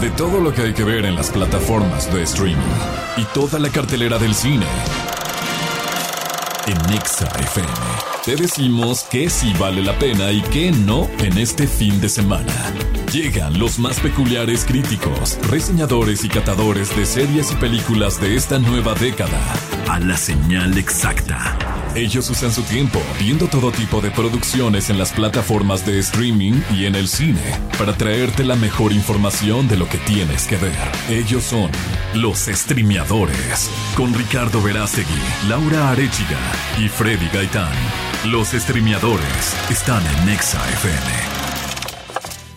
De todo lo que hay que ver en las plataformas de streaming y toda la cartelera del cine. En Nexa FM te decimos que sí vale la pena y que no en este fin de semana. Llegan los más peculiares críticos, reseñadores y catadores de series y películas de esta nueva década a la señal exacta. Ellos usan su tiempo viendo todo tipo de producciones en las plataformas de streaming y en el cine para traerte la mejor información de lo que tienes que ver. Ellos son los streameadores con Ricardo Verástegui, Laura Arechiga y Freddy Gaitán. Los streameadores están en Nexa FM.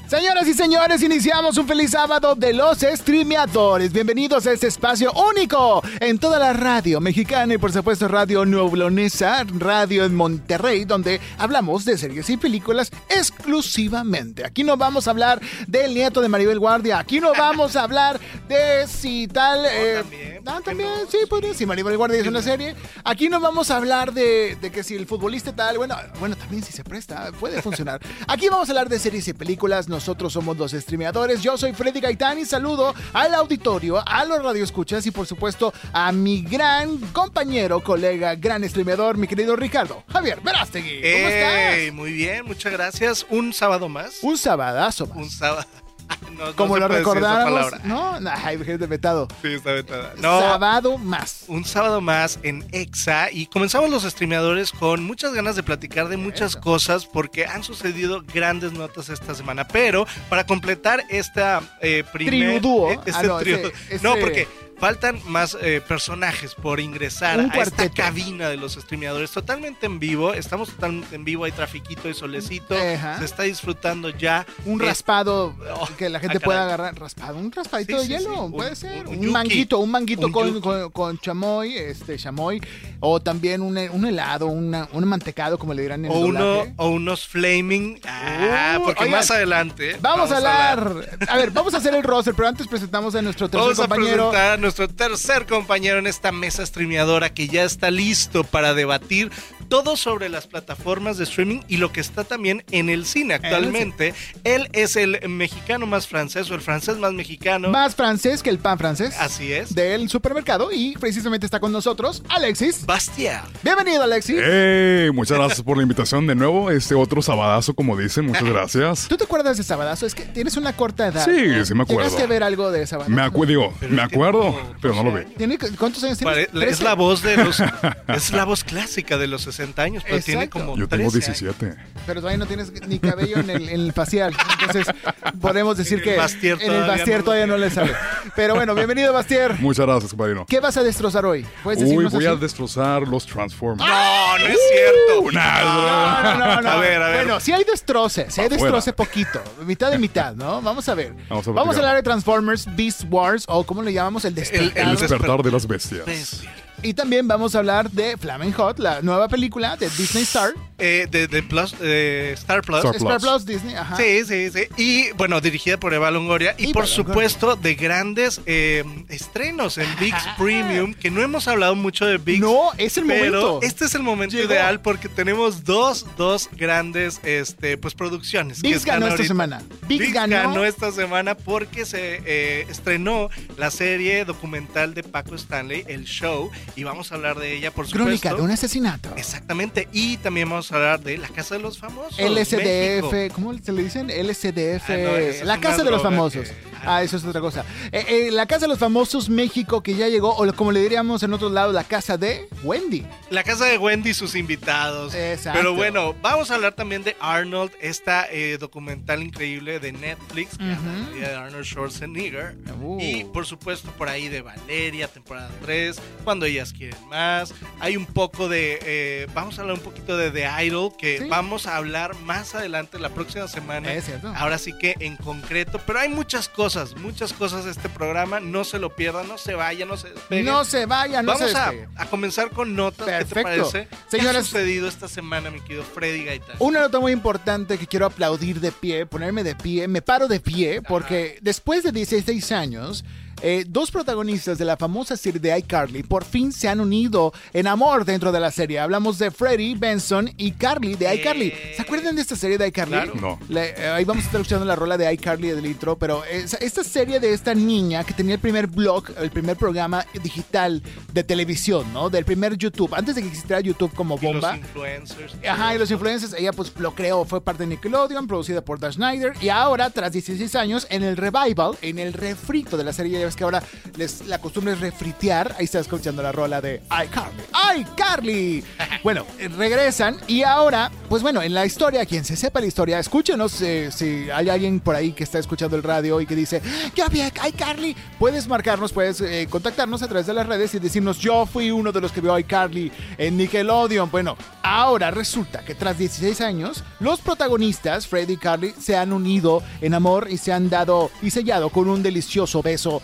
Señoras y señores, iniciamos un feliz sábado de los streameadores. Bienvenidos a este espacio único en toda la radio mexicana y por supuesto radio nublonesa, radio en Monterrey, donde hablamos de series y películas exclusivamente. Aquí no vamos a hablar del nieto de Maribel Guardia, aquí no vamos a hablar de si tal... eh, ah, también, sí, podría, si Maribel Guardia es una serie. Aquí no vamos a hablar de, de que si el futbolista tal, bueno, bueno, también si se presta, puede funcionar. Aquí vamos a hablar de series y películas. Nosotros somos los streameadores. Yo soy Freddy Gaitán y saludo al auditorio, a los radioescuchas y por supuesto a mi gran compañero, colega, gran streameador, mi querido Ricardo Javier Verástegui. ¿Cómo Ey, estás? Muy bien, muchas gracias. Un sábado más. Un sabadazo. más. Un sábado. No, no Como se lo puede decir esa recordábamos, palabra. ¿no? Ay, gente vetado. Sí, está vetada. No, Sábado más. un sábado más en EXA y comenzamos los streameadores con muchas ganas de platicar de muchas cosas porque han sucedido grandes notas esta semana. Pero para completar esta eh, primer- Triudúo. eh, este Ah, no, trío- ese- ese- no, porque faltan más eh, personajes por ingresar Un a cuarteto. esta cabina de los streameadores totalmente en vivo. Estamos totalmente en vivo, hay trafiquito y solecito. Ajá. Se está disfrutando ya. Un eh, raspado oh, que la ah, gente caray. pueda agarrar. Raspado, un raspadito Sí, de sí, hielo, sí. puede Un- ser. un Un, yuki. manguito, un manguito Un con, yuki. con, con chamoy, este chamoy. O también un, un helado, una- un mantecado, como le dirán en el O, uno, doblaje. o unos flaming. Ah, Uh, porque oigan, más adelante. Vamos, a hablar. A ver, vamos a hacer el roster, pero antes presentamos a nuestro tercer Vamos a compañero. presentar a nuestro tercer compañero en esta mesa streameadora que ya está listo para debatir todo sobre las plataformas de streaming y lo que está también en el cine actualmente. Él es el mexicano más francés o el francés más mexicano. Más francés que el pan francés. Así es. Del supermercado. Y precisamente está con nosotros Alexis. Bastia. Bienvenido, Alexis. Eh. ¡Ey! Muchas gracias por la invitación de nuevo. Este otro sabadazo, como dicen, muchas gracias. ¿Tú te acuerdas de Sabadazo? Es que tienes una corta edad. Sí, sí me acuerdo. ¿Llegaste a ver algo de Sabadazo? Me acu- digo, me acuerdo, pero no lo vi. ¿Tiene, ¿Cuántos años tienes? Pare- es Trece. la voz de los. es la voz clásica de los 60 años, pero tiene Exacto. como. Yo tengo 13 años. 17. Pero todavía no tienes ni cabello en el, en el facial. Entonces, podemos decir En el que Bastier en el todavía Bastier no lo todavía no le sale. Pero bueno, bienvenido, Bastier. Muchas gracias, compadrino. ¿Qué vas a destrozar hoy? ¿Puedes Uy, decirnos voy a así? destrozar los Transformers. Ah, No, no es cierto. Nah, No, no, no, no. A ver, a ver. Bueno, si hay destroce, si hay Pa' destroce poquito, mitad de mitad, ¿no? Vamos a ver. Vamos a platicar. hablar de Transformers, Beast Wars o como le llamamos, el despertar. El no. despertar de las bestias. Bestia. Y también vamos a hablar de Flamin' Hot, la nueva película de Disney Star. Eh, de, de Plus, eh, Star Plus. Star Star Plus. Plus Disney, ajá. Sí, sí, sí. Y bueno, dirigida por Eva Longoria. Y, Y por Eva supuesto, de grandes eh, estrenos en VIX Premium, que no hemos hablado mucho de VIX. No, es el pero momento. este es el momento Llegó. ideal porque tenemos dos, dos grandes este, pues, producciones. que Vix están ganó ahorita. esta semana. Vix Vix ganó. ganó esta semana porque se eh, estrenó la serie documental de Paco Stanley, El Show, y vamos a hablar de ella, por supuesto. Crónica de un asesinato. Exactamente, y también vamos a hablar de La Casa de los Famosos. México. LSDF, ¿cómo se le dicen? LSDF, Ah, no, esa es la una Casa de los droga Famosos. que- Ah, eso es otra cosa. Eh, eh, la Casa de los Famosos México que ya llegó, o como le diríamos en otros lados, la Casa de Wendy. La casa de Wendy y sus invitados. Exacto. Pero bueno, vamos a hablar también de Arnold, esta eh, documental increíble de Netflix que habla de la vida de Arnold Schwarzenegger. Uh. Y por supuesto por ahí de Valeria, temporada 3, cuando ellas quieren más. Hay un poco de... eh, vamos a hablar un poquito de The Idol, que Sí. vamos a hablar más adelante la próxima semana. Es cierto. Ahora sí que en concreto, pero hay muchas cosas, muchas cosas de este programa. No se lo pierdan, no se vayan, no se despeguen. No se vayan, Ah, no Vamos se a, despegue. a comenzar con notas. ¿Qué te Perfecto. parece? ¿Qué ha Señoras- sucedido esta semana, mi querido Freddy Gaitán? Una nota muy importante que quiero aplaudir de pie, ponerme de pie, me paro de pie, porque después de 16 años eh, dos protagonistas de la famosa serie de iCarly por fin se han unido en amor dentro de la serie. Hablamos de Freddy Benson y Carly de iCarly. Eh. ¿Se acuerdan de esta serie de iCarly? Claro. No. La- eh, ahí vamos a estar escuchando la rola de iCarly del intro, pero es- esta serie de esta niña que tenía el primer blog, el primer programa digital de televisión, ¿no? Del primer YouTube, antes de que existiera YouTube como Y bomba. los influencers. Ajá, y los influencers, ella pues lo creó, fue parte de Nickelodeon, producida por Dan Schneider, y ahora, tras 16 años, en el revival, en el refrito de la serie, ya ves que ahora les, la costumbre es refritear, ahí estás escuchando la rola de iCarly, iCarly. Bueno, eh, regresan y ahora, pues bueno, en la historia, quien se sepa la historia, escúchenos eh, si hay alguien por ahí que está escuchando el radio y que dice, yo vi a iCarly, puedes marcarnos, puedes eh, contactarnos a través de las redes y decirnos, yo fui uno de los que vio a iCarly en Nickelodeon. Bueno, ahora resulta que tras 16 años, los protagonistas, Freddy y Carly, se han unido en amor y se han dado y sellado con un delicioso beso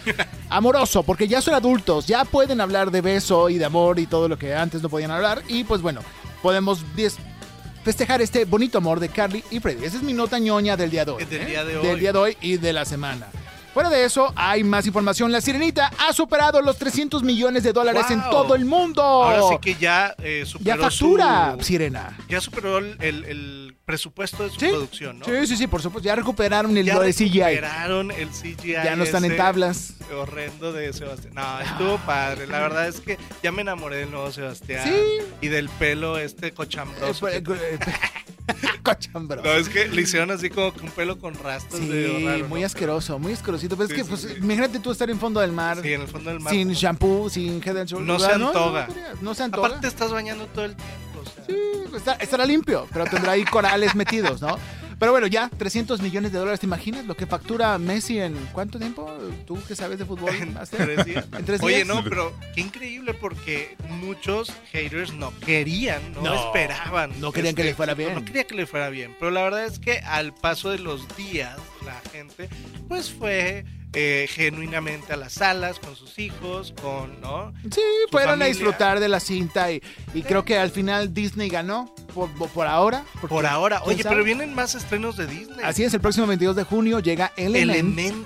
amoroso, porque ya son adultos, ya pueden hablar de beso y de amor y todo lo que antes no podían hablar. Y pues bueno, podemos des- festejar este bonito amor de Carly y Freddy. Esa es mi nota ñoña del día de hoy. eh, ¿eh? Del día de Del hoy. día de hoy y de la semana. Fuera de eso, hay más información. La Sirenita ha superado los 300 millones de dólares en Wow. todo el mundo. Ahora sí que ya eh, ya superó factura, su- Sirena. ya superó el, el- el presupuesto de su Sí, producción, ¿no? Sí, sí, sí, por supuesto. Ya recuperaron el Ya lo de CGI. recuperaron el CGI. Ya no están en ese tablas. Horrendo de Sebastián. No, estuvo padre. La verdad es que ya me enamoré del nuevo Sebastián. Sí. Y del pelo este Eh, cochambroso. fue- que- eh, Cochambroso. no, es que le hicieron así como que un pelo con rastros de Sí, raro, muy ¿no? asqueroso, muy asquerosito. Pero es Sí, que, sí, pues, sí. imagínate tú estar en fondo del mar, Sí, en el fondo del mar. sin como- shampoo, sin head and shoulders. No se Ah, antoja. No, podrías, no se antoja. Aparte te estás bañando todo el tiempo. o sea. Sí, está- estará limpio, pero tendrá ahí corales metidos, ¿no? Pero bueno, ya, 300 millones de dólares, ¿te imaginas lo que factura Messi en cuánto tiempo? ¿Tú que sabes de fútbol? En Master? tres días. En tres Oye, días. no, pero qué increíble porque muchos haters no querían, no, No, esperaban. este no querían que le fuera bien. No quería que le fuera bien. Pero la verdad es que al paso de los días, la gente, pues fue eh, genuinamente a las salas con sus hijos, con, ¿no? Sí, fueron a familia. disfrutar de la cinta y, y creo que al final Disney ganó por, por ahora. porque- Por ahora. ¿quién Oye, sabe? pero vienen más estrenos de Disney. Así es, el próximo 22 de junio llega Elementa.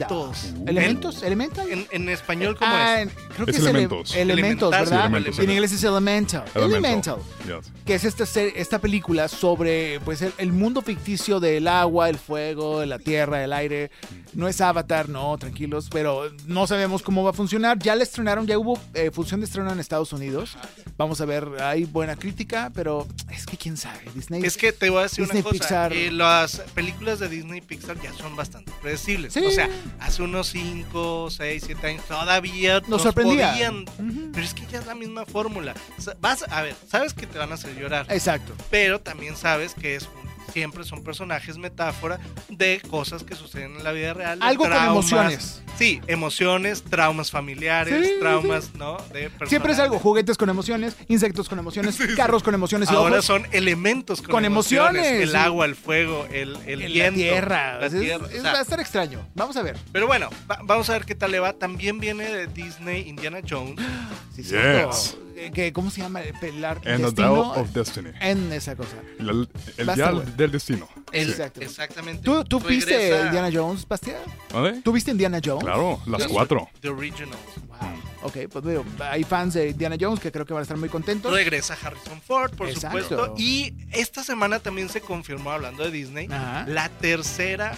Elementos. ¿Elementos? ¿Elemental? En, en español, ¿cómo Ah, es? Creo que Es es, ele- elementos, Elementos. Elemental. ¿verdad? Sí, Elementos, en Elemental. inglés es Elemental. Elemental. Yes. que es esta, ser- esta película sobre pues, el, el mundo ficticio del agua, el fuego, la tierra, el aire. No es Avatar, no, tranquilos, pero no sabemos cómo va a funcionar. Ya la estrenaron, ya hubo eh, función de estreno en Estados Unidos. Vamos a ver, hay buena crítica, pero es que quién sabe, Disney. Es que te voy a decir Disney, una cosa. Pixar. eh, las películas de Disney y Pixar ya son bastante predecibles. Sí. O sea, hace unos 5, 6, 7 años todavía nos, sorprendía. podían. Ujú. Pero es que ya es la misma fórmula. Sa- Vas a ver, sabes que te van a hacer llorar, Exacto. pero también sabes que es un- siempre son personajes metáfora de cosas que suceden en la vida real. de Algo con traumas. emociones. Sí, emociones, traumas familiares, Sí, sí, traumas, ¿no? De Siempre es personajes. algo, juguetes con emociones, insectos con emociones, carros con emociones y Ahora ojos. son elementos con, Con emociones. El agua, el fuego, el, en el la viento, tierra. la o sea, es- tierra, o es- sea, va a estar extraño. Vamos a ver. pero bueno, va- vamos a ver qué tal le va. También viene de Disney Indiana Jones. Sí, Yes. cierto. Eh, que- ¿Cómo se llama? Pelar. And the destino. Dial of Destiny. en esa cosa. La- el Basta, dial güey. del destino. El- Sí. Exacto. Exactamente. ¿Tú, tú Regresa viste Indiana Jones, Bastia? ¿Vale? ¿Tú viste Indiana Jones? Claro, las Sí. cuatro. The Originals. Wow. Ok, pues veo, hay fans de Indiana Jones que creo que van a estar muy contentos. Regresa Harrison Ford, por Exacto. supuesto. Y esta semana también se confirmó, hablando de Disney, Ajá. la tercera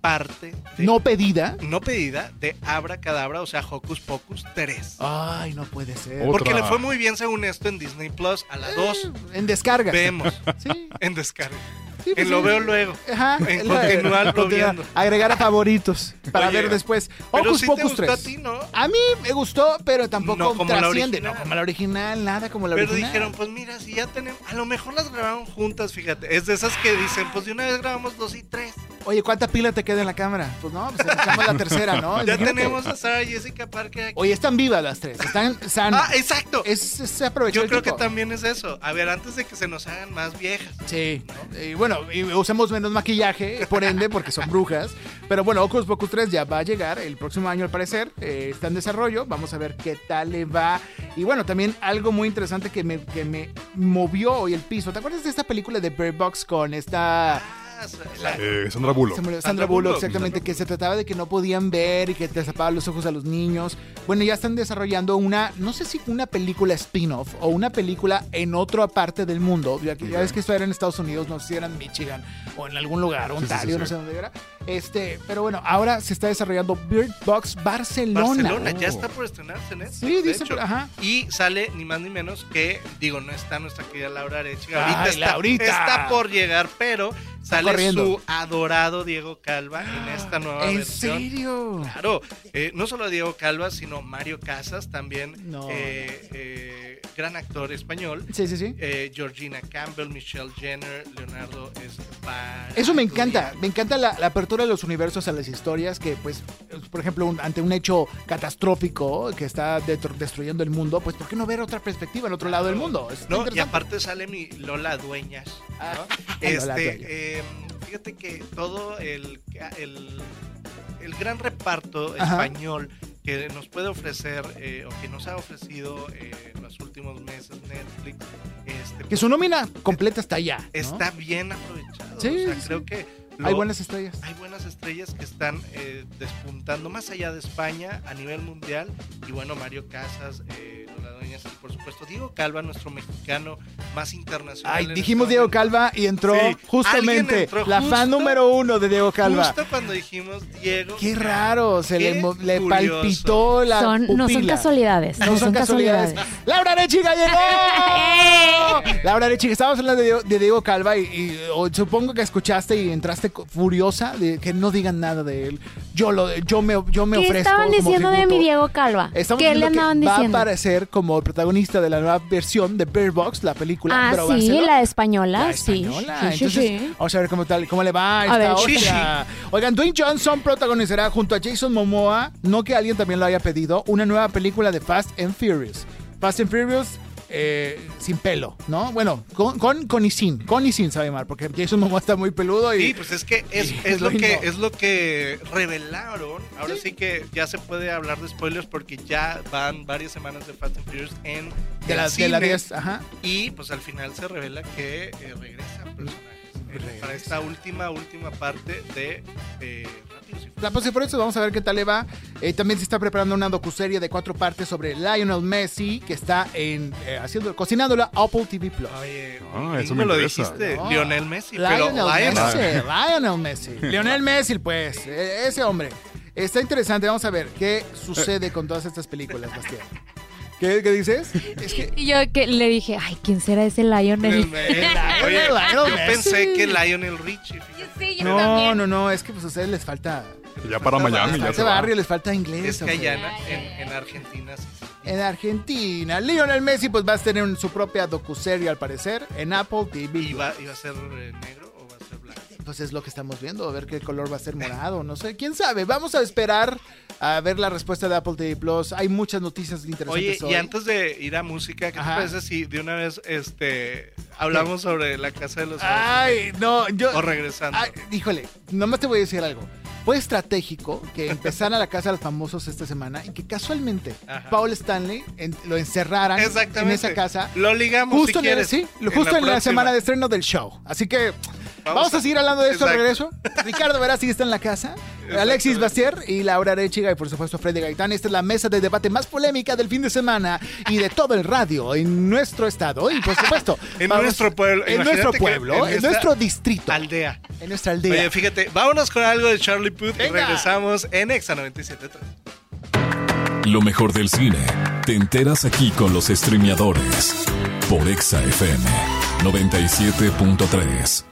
parte de- No pedida. no pedida de Abra Cadabra, o sea, Hocus Pocus 3. Ay, no puede ser. Oh, Porque Otra. le fue muy bien, según esto, en Disney Plus. A la Eh, 2 En descarga. vemos Sí, en descarga. sí, pues En lo sí. veo luego. Ajá. en continuarlo continuar, viendo. Agregar a favoritos para Oye, ver después. Pero Hocus sí te Pocus gustó 3. a ti, ¿no? A mí me gustó, pero tampoco No como la trasciende. original. No como la original, nada como la Pero original. dijeron, pues mira, si ya tenemos. A lo mejor las grabaron juntas, fíjate. Es de esas que dicen, pues de una vez grabamos dos y tres. Oye, ¿cuánta pila te queda en la cámara? Pues no, pues echamos la tercera, ¿no? Ya Imagínate. tenemos a Sara Jessica Parker aquí. Oye, están vivas las tres. Están sanas. Ah, exacto. es, es aprovechar Yo el creo que tiempo. también es eso. A ver, antes de que se nos hagan más viejas. Sí. Y bueno, y usemos menos maquillaje, por ende, porque son brujas. Pero bueno, Ocus Pocus 3 ya va a llegar el próximo año, al parecer. Eh, está en desarrollo. Vamos a ver qué tal le va. Y bueno, también algo muy interesante que me, que me movió hoy el piso. ¿Te acuerdas de esta película de Bird Box con esta. más. Ah, La- Eh, Sandra Bullock. Sandra, Sandra Bullock, Bullock. exactamente, que se trataba de que no podían ver y que te tapaba los ojos a los niños. Bueno, ya están desarrollando una, no sé si una película spin-off o una película en otra parte del mundo. Ya, que- ya ves que esto era en Estados Unidos, no sé si era en Michigan o en algún lugar, sí, Ontario, sí. no sé dónde era. Este, pero bueno, ahora se está desarrollando Bird Box Barcelona. Barcelona, ya Oh. está por estrenarse, ¿eh? Sí, dicen, pero- ajá. Y sale ni más ni menos que, digo, no está nuestra querida Laura Arechiga. Ay, Ahorita está, Laurita. está por llegar, pero sale corriendo. su adorado Diego Calva en esta nueva ¿En versión. serio? Claro, eh, no solo Diego Calva, sino Mario Casas también, No. eh, eh, gran actor español. Sí, sí, sí. eh, Georgina Campbell, Michelle Jenner, Leonardo Esparza. Eso me encanta, me encanta la, la apertura de los universos a las historias que, pues, por ejemplo, un- ante un hecho catastrófico que está detr- destruyendo el mundo, pues, ¿por qué no ver otra perspectiva en otro lado del mundo? Está No, y interesante. aparte sale mi Lola Dueñas. ¿no? Ah, Este, Lola Dueñas. eh, fíjate que todo el, el, el gran reparto Ajá. español que nos puede ofrecer eh, o que nos ha ofrecido eh, en los últimos meses Netflix, este, Que su nómina completa está allá. ¿no? está bien aprovechado. Sí, o sea, sí, sí. creo que lo- Hay buenas estrellas. hay buenas estrellas que están eh, despuntando más allá de España a nivel mundial. Y bueno, Mario Casas, eh, Lola Dueñas y por supuesto Diego Calva, nuestro mexicano más internacional. Ay, en dijimos este Diego momento. Calva y entró Sí, alguien justamente entró la fan justo- número uno de Diego Calva. Justo cuando dijimos Diego. Qué Calva. raro, se le, Qué mo- le curioso. palpitó la Son- no son pupila. casualidades. No son casualidades. ¡Laura Arechiga llegó! Laura Arechiga, estábamos hablando de Diego, de Diego Calva y, y, o, supongo que escuchaste y entraste co- furiosa de que no digan nada de él. Yo, lo, yo me, yo me ¿Qué ofrezco estaban como diciendo de tributo. mi Diego Calva? Estamos ¿Qué le diciendo que andaban diciendo? Va a aparecer como protagonista de la nueva versión de Bear Box, la película. ah, pero sí, Barcelona. la española, La sí. española. Sí, sí, Entonces, sí. vamos a ver cómo, tal, cómo le va a A esta ver, sí, hostia. Oigan, Dwayne Johnson protagonizará junto a Jason Momoa, no que alguien también lo haya pedido, una nueva película de Fast and Furious. Fast and Furious eh, sin pelo, ¿no? Bueno, con, con, con y sin. Con y sin sabe mal, porque Jason Momoa está muy peludo y... Sí, pues es que es, Sí, es lo bueno. que es lo que revelaron. Ahora sí que ya se puede hablar de spoilers porque ya van varias semanas de Fast and Furious en de la, de el la cine. 10, ajá. Y pues al final se revela que eh, regresan personajes eh, Regresa. para esta última, última parte de eh, Rápidos y Furiosos. La pose por eso vamos a ver qué tal le va. Eh, también se está preparando una docuserie de cuatro partes sobre Lionel Messi, que está en, eh, haciendo, cocinándola Apple TV Plus. Oye, Ah, eso no me Eh, lo interesa. dijiste, No. Lionel Messi, pero Lionel Lionel. Messi, Lionel Messi. Lionel Messi, pues, e- ese hombre. Está interesante, vamos a ver qué sucede con todas estas películas, Bastián. ¿Qué, qué dices? Es que... Y yo que le dije, ay, ¿quién será ese Lionel? Messi. Oye, Lionel yo Messi. pensé que Lionel Richie. fíjate. sí, yo No, también. no, no, es que pues a ustedes les falta... Ya para Miami, ya Este se va. barrio les falta inglés. Es hombre. Cayana en, en Argentina. sí, sí. En Argentina, Lionel Messi pues va a tener un- su propia docuserie al parecer en Apple TV. ¿Y va, y va a ser eh, negro o va a ser blanco? Pues es lo que estamos viendo, a ver qué color va a ser morado, no sé, quién sabe. Vamos a esperar a ver la respuesta de Apple TV Plus. Hay muchas noticias Oye, interesantes hoy. y antes de ir a música, ¿qué Ajá. te parece si de una vez este hablamos sobre la casa de los Ah. Ay, no, yo. o regresando? Ay, híjole, nomás te voy a decir algo. Fue estratégico que empezara la casa de los famosos esta semana y que casualmente Ajá. Paul Stanley en- lo encerraran en Exactamente. esa casa. Lo ligamos Justo, si en, el- quieres, sí, justo en la, próxima. semana de este estreno del show. Así que vamos, a, a- seguir hablando de esto al regreso. Exacto. Ricardo Verástegui está en la casa, Alexis Bastier y Laura Arechiga y por supuesto Freddy Gaitán. Esta es la mesa de debate más polémica del fin de semana y de todo el radio en nuestro estado y por supuesto En nuestro pueblo. en Imagínate nuestro que pueblo, en en, esta nuestro distrito, aldea. en nuestra aldea. Oye, fíjate, vámonos con algo de Charlie Puth y Venga. regresamos en Exa 97.3. Lo mejor del cine te enteras aquí con los streameadores por Exa FM 97.3.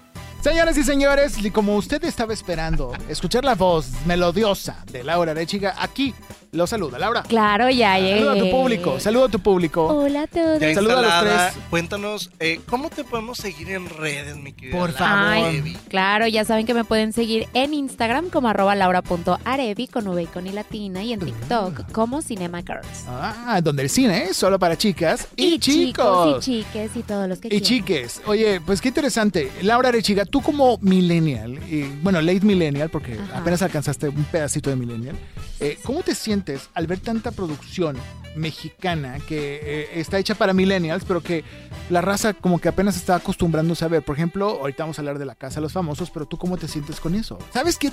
Señoras y señores, y como usted estaba esperando, escuchar la voz melodiosa de Laura Arechiga, aquí lo saluda Laura. Claro, ya llegué. Saluda a tu público, saluda a tu público. Hola a todos. Ya Saluda a los instalada, tres. Cuéntanos, eh, ¿cómo te podemos seguir en redes, mi querida? Por Lara? favor. Ay, claro, ya saben que me pueden seguir en Instagram como arroba laura.arevi con V y con I latina y en TikTok como Cinema Girls. Ah, donde el cine es solo para chicas y, chicos. Y chiques y todos los que Y quieran. chiques, oye, pues qué interesante. Laura Arechiga, tú como millennial, y, bueno, late millennial, porque Ajá. apenas alcanzaste un pedacito de millennial, eh, ¿cómo te antes, al ver tanta producción mexicana que eh, está hecha para millennials, pero que la raza como que apenas está acostumbrándose a ver. Por ejemplo, ahorita vamos a hablar de la Casa de los Famosos, pero tú cómo te sientes con eso? ¿Sabes qué,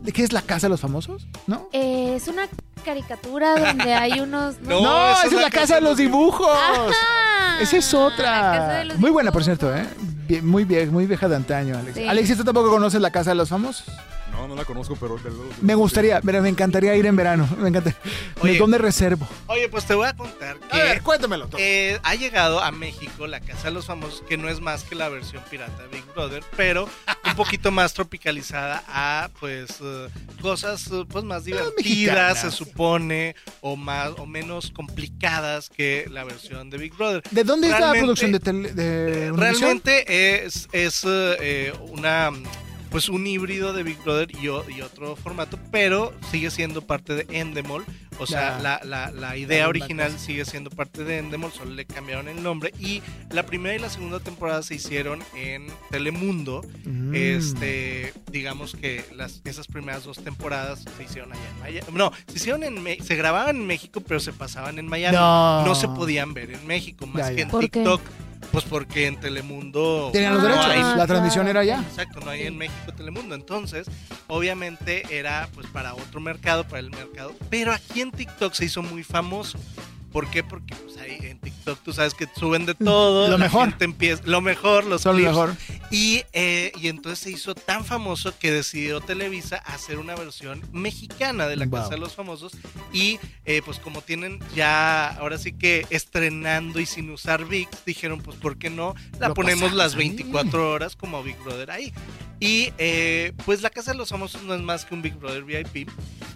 de qué es la Casa de los Famosos? ¿No? Eh, es una caricatura donde hay unos... No, no, esa esa es la Casa de los Dibujos. Ajá. Esa es Ah, La Casa otra. de los Muy buena, por Dibujos. cierto, ¿eh? Bien- muy vieja, muy vieja de antaño, Alex. Sí. Alexis, ¿tú tampoco conoces la Casa de los Famosos? No, no la conozco, pero. Me gustaría, pero me encantaría ir en verano. Me encantaría. Oye. ¿De dónde reservo? Oye, pues te voy a contar que cuéntamelo. todo. eh, ha llegado a México la Casa de los Famosos, que no es más que la versión pirata de Big Brother, pero un poquito más tropicalizada a pues eh, cosas eh, pues más divertidas, mexicanas. se supone, o más o menos complicadas que la versión de Big Brother. ¿De dónde es la realmente- producción de, tele, de Eh, Univision? Realmente es, es eh, eh, una pues un híbrido de Big Brother y, o- y otro formato, pero sigue siendo parte de Endemol. O sea, Ya. la, la- la idea misma original cosa. sigue siendo parte de Endemol, solo le cambiaron el nombre. Y la primera y la segunda temporada se hicieron en Telemundo. Mm. Este, digamos que las, esas primeras dos temporadas se hicieron allá en Miami. No, se hicieron en Me- se grababan en México, pero se pasaban en Miami No. no se podían ver en México, más Ah. Ya, que ya. en ¿Por qué? TikTok. Pues porque en Telemundo. Tenían Ah, los no derechos. Ah, hay- la transmisión claro. era allá. exacto, no hay en México Telemundo. Entonces, obviamente era pues para otro mercado, para el mercado. Pero aquí en TikTok se hizo muy famoso. ¿Por qué? Porque pues, ahí en TikTok tú sabes que suben de todo. Lo la mejor. gente empieza- lo mejor, los Son lo clips. mejor. Y, eh, y entonces se hizo tan famoso que decidió Televisa hacer una versión mexicana de la Wow. Casa de los Famosos. Y eh, pues como tienen ya, ahora sí que estrenando y sin usar VIX, dijeron pues ¿por qué no? La Lo ponemos pasamos las ahí. 24 horas como Big Brother ahí. Y eh, pues la Casa de los Famosos no es más que un Big Brother VIP.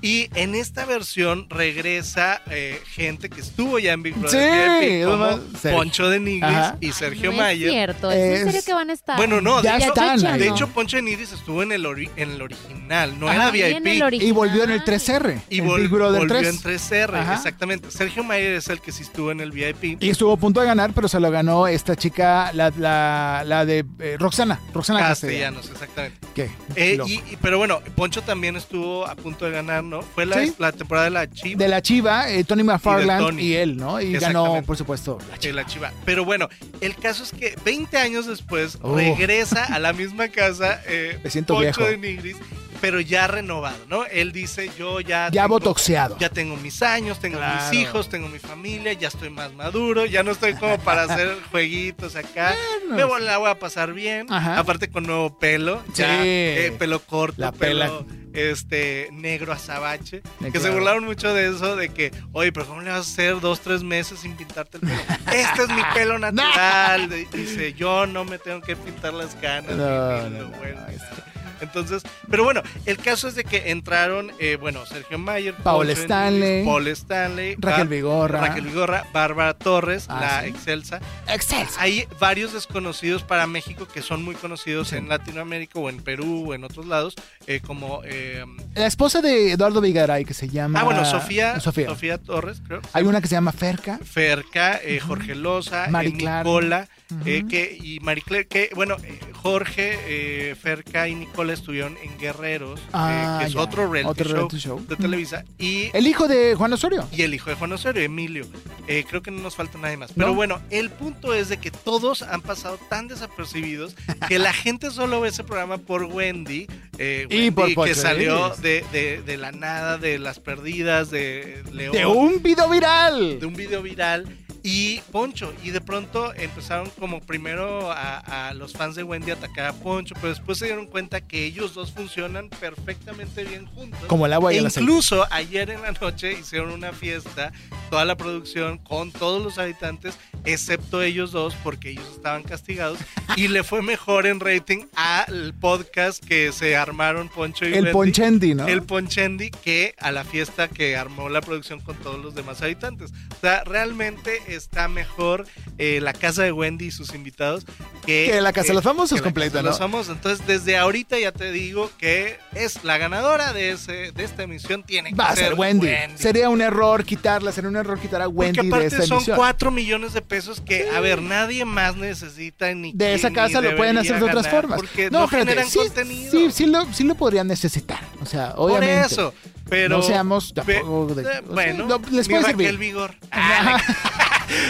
Y en esta versión regresa eh, gente que estuvo ya en Big Brother Sí, VIP, como además, Sergio. Poncho de Nigris Ajá. y Ay, Sergio Ah, no Mayer. Es cierto, ¿es en serio Es- que van a estar? Bueno, no, Ya de hecho, están, chocheando. de No. hecho, Poncho de Nigris estuvo en el, ori- en el original, no Ah, era sí, en el VIP. original. Y volvió en el 3R. Y en vol- Big Brother volvió 3. en 3R, Ajá. exactamente. Sergio Mayer es el que sí estuvo en el VIP. Y estuvo a punto de ganar, pero se lo ganó esta chica, la, la, la de eh, Roxana. Roxana Castellanos. Castellanos, exactamente. ¿Qué? Eh, Loco. y, y- pero bueno, Poncho también estuvo a punto de ganar, ¿no? Fue la, Sí. la temporada de la Chiva. de la Chiva, eh, Tony McFarland y, Tony. él, ¿no? Y ganó, Exactamente. por supuesto, la de Chiva. la Chiva. Pero bueno, el caso es que 20 años después Oh. regresa a la misma casa eh, Me siento Poncho viejo. de Nigris, pero ya renovado, ¿no? Él dice, yo ya... Ya tengo- botoxeado. ya tengo mis años, tengo Claro. mis hijos, tengo mi familia, ya estoy más maduro, ya no estoy como para hacer jueguitos acá. Me voy, la voy a pasar bien. Ajá. Aparte con nuevo pelo, Sí. ya eh, pelo corto, La pela. pelo este negro azabache, Me que se claro. burlaron mucho de eso de que, "Oye, pero cómo le vas a hacer dos tres meses sin pintarte el pelo? este es mi pelo natural." de- Dice, "Yo no me tengo que pintar las canas." No, ni- ni no, lo no, bueno, ni es nada. Entonces, pero bueno, el caso es de que entraron, eh, bueno, Sergio Mayer, Paola Poncho Stanley, Enríquez, Paola Stanley, Raquel Ra- Vigorra. Raquel Vigorra, Bárbara Torres, Ah, la sí. excelsa. Excelsa. Hay varios desconocidos para México que son muy conocidos en Latinoamérica o en Perú o en otros lados, eh, como... eh, La esposa de Eduardo Vigaray, que se llama... ah, bueno, Sofía, Sofía. Sofía. Torres, creo. Hay una que se llama Ferca. Ferca, eh, Jorge Loza, eh, Mari Clara. Nicola eh, Ujú. que, y Maricler, que bueno, eh, Jorge, eh, Ferca y Nicola estuvieron en Guerreros, eh, Ah, que es ya. otro reality Otro show reality show. de Televisa, y El hijo de Juan Osorio. y el hijo de Juan Osorio, Emilio. Eh, creo que no nos falta nadie más. Pero ¿No? bueno, el punto es de que todos han pasado tan desapercibidos que la gente solo ve ese programa por Wendy. eh, Y Wendy por que Poncho salió Reyes. de, de- de la nada, de las perdidas, de León, De un video viral. de un video viral. Y Poncho, y de pronto empezaron como primero a, a los fans de Wendy a atacar a Poncho, pero después se dieron cuenta que ellos dos funcionan perfectamente bien juntos. Como el agua y E el aceite. incluso ayer en la noche hicieron una fiesta, toda la producción, con todos los habitantes, excepto ellos dos, porque ellos estaban castigados, y le fue mejor en rating al podcast que se armaron Poncho y El Wendy, Ponchendi, ¿no? El Ponchendi que a la fiesta que armó la producción con todos los demás habitantes. O sea, realmente está mejor eh, la casa de Wendy y sus invitados que, Que la Casa de los eh, Famosos que la completa, Casa de ¿no? los Famosos. Entonces, desde ahorita ya te digo que es la ganadora de ese de esta emisión. Tiene que Va a ser Wendy. Sería un error quitarla, sería un error quitar a Porque Wendy de aparte esta son emisión. 4 millones de pesos que, a ver, nadie más necesita ni De esa ni casa lo pueden debería hacer de otras ganar formas. Porque no, espérate, generan sí, contenido. Sí, sí lo, sí lo podrían necesitar. O sea, obviamente. Por eso. Pero. No seamos pe- tampoco de- eh, bueno, no, les mi puede Raquel servir. Vigor. Ah,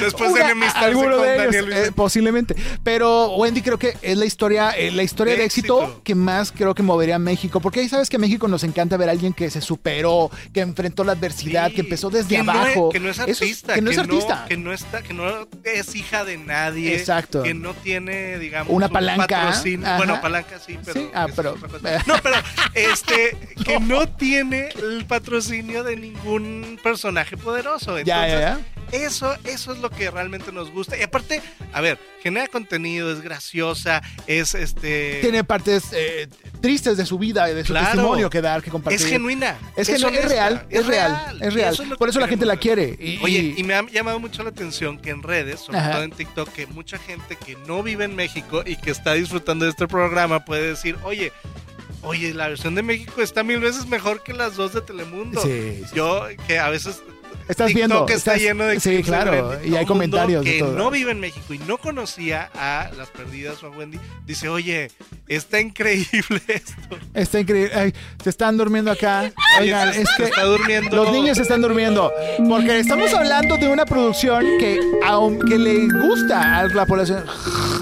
Después de Una- enemistarse con alguno de ellos, Daniel eh, Luis. posiblemente. Pero Wendy creo que es la historia, eh, la historia de, De éxito, éxito. que más creo que movería a México. Porque ahí sabes que a México nos encanta ver a alguien que se superó, que enfrentó la adversidad, Sí, que empezó desde que no es- abajo. que no es Eso es- artista. que no es artista. que no está, que no es hija de nadie. Exacto. Que no tiene, digamos, Una un palanca, patrocinio. ajá. Bueno, palanca sí, pero. Sí, ah, eso es pero- otra cosa. No, pero este, que no tiene el patrocinio de ningún personaje poderoso. Entonces, ya, ya, ya. Eso, eso es lo que realmente nos gusta. Y aparte, a ver, genera contenido, es graciosa, es este. Tiene partes eh, tristes de su vida, y de su Claro. testimonio que dar, que compartir. Es genuina. Es que no, es honesta, real, es real, es y real. es lo Por que eso la gente la queremos. quiere, y- Oye, y me ha llamado mucho la atención que en redes, sobre Ajá. todo en TikTok, que mucha gente que no vive en México y que está disfrutando de este programa puede decir, oye, oye, la versión de México está mil veces mejor que las dos de Telemundo. Sí, sí. Yo, que a veces Estás TikTok viendo. está estás- lleno de Sí, clips de claro. Wendy. Y Todo hay mundo comentarios. de que todo. no vive en México y no conocía a las perdidas o a Wendy dice oye está increíble esto Está increíble. Ay, se están durmiendo acá. Oigan, Se- es se que está durmiendo los niños se están durmiendo. Porque estamos hablando de una producción que, aunque le gusta a la población.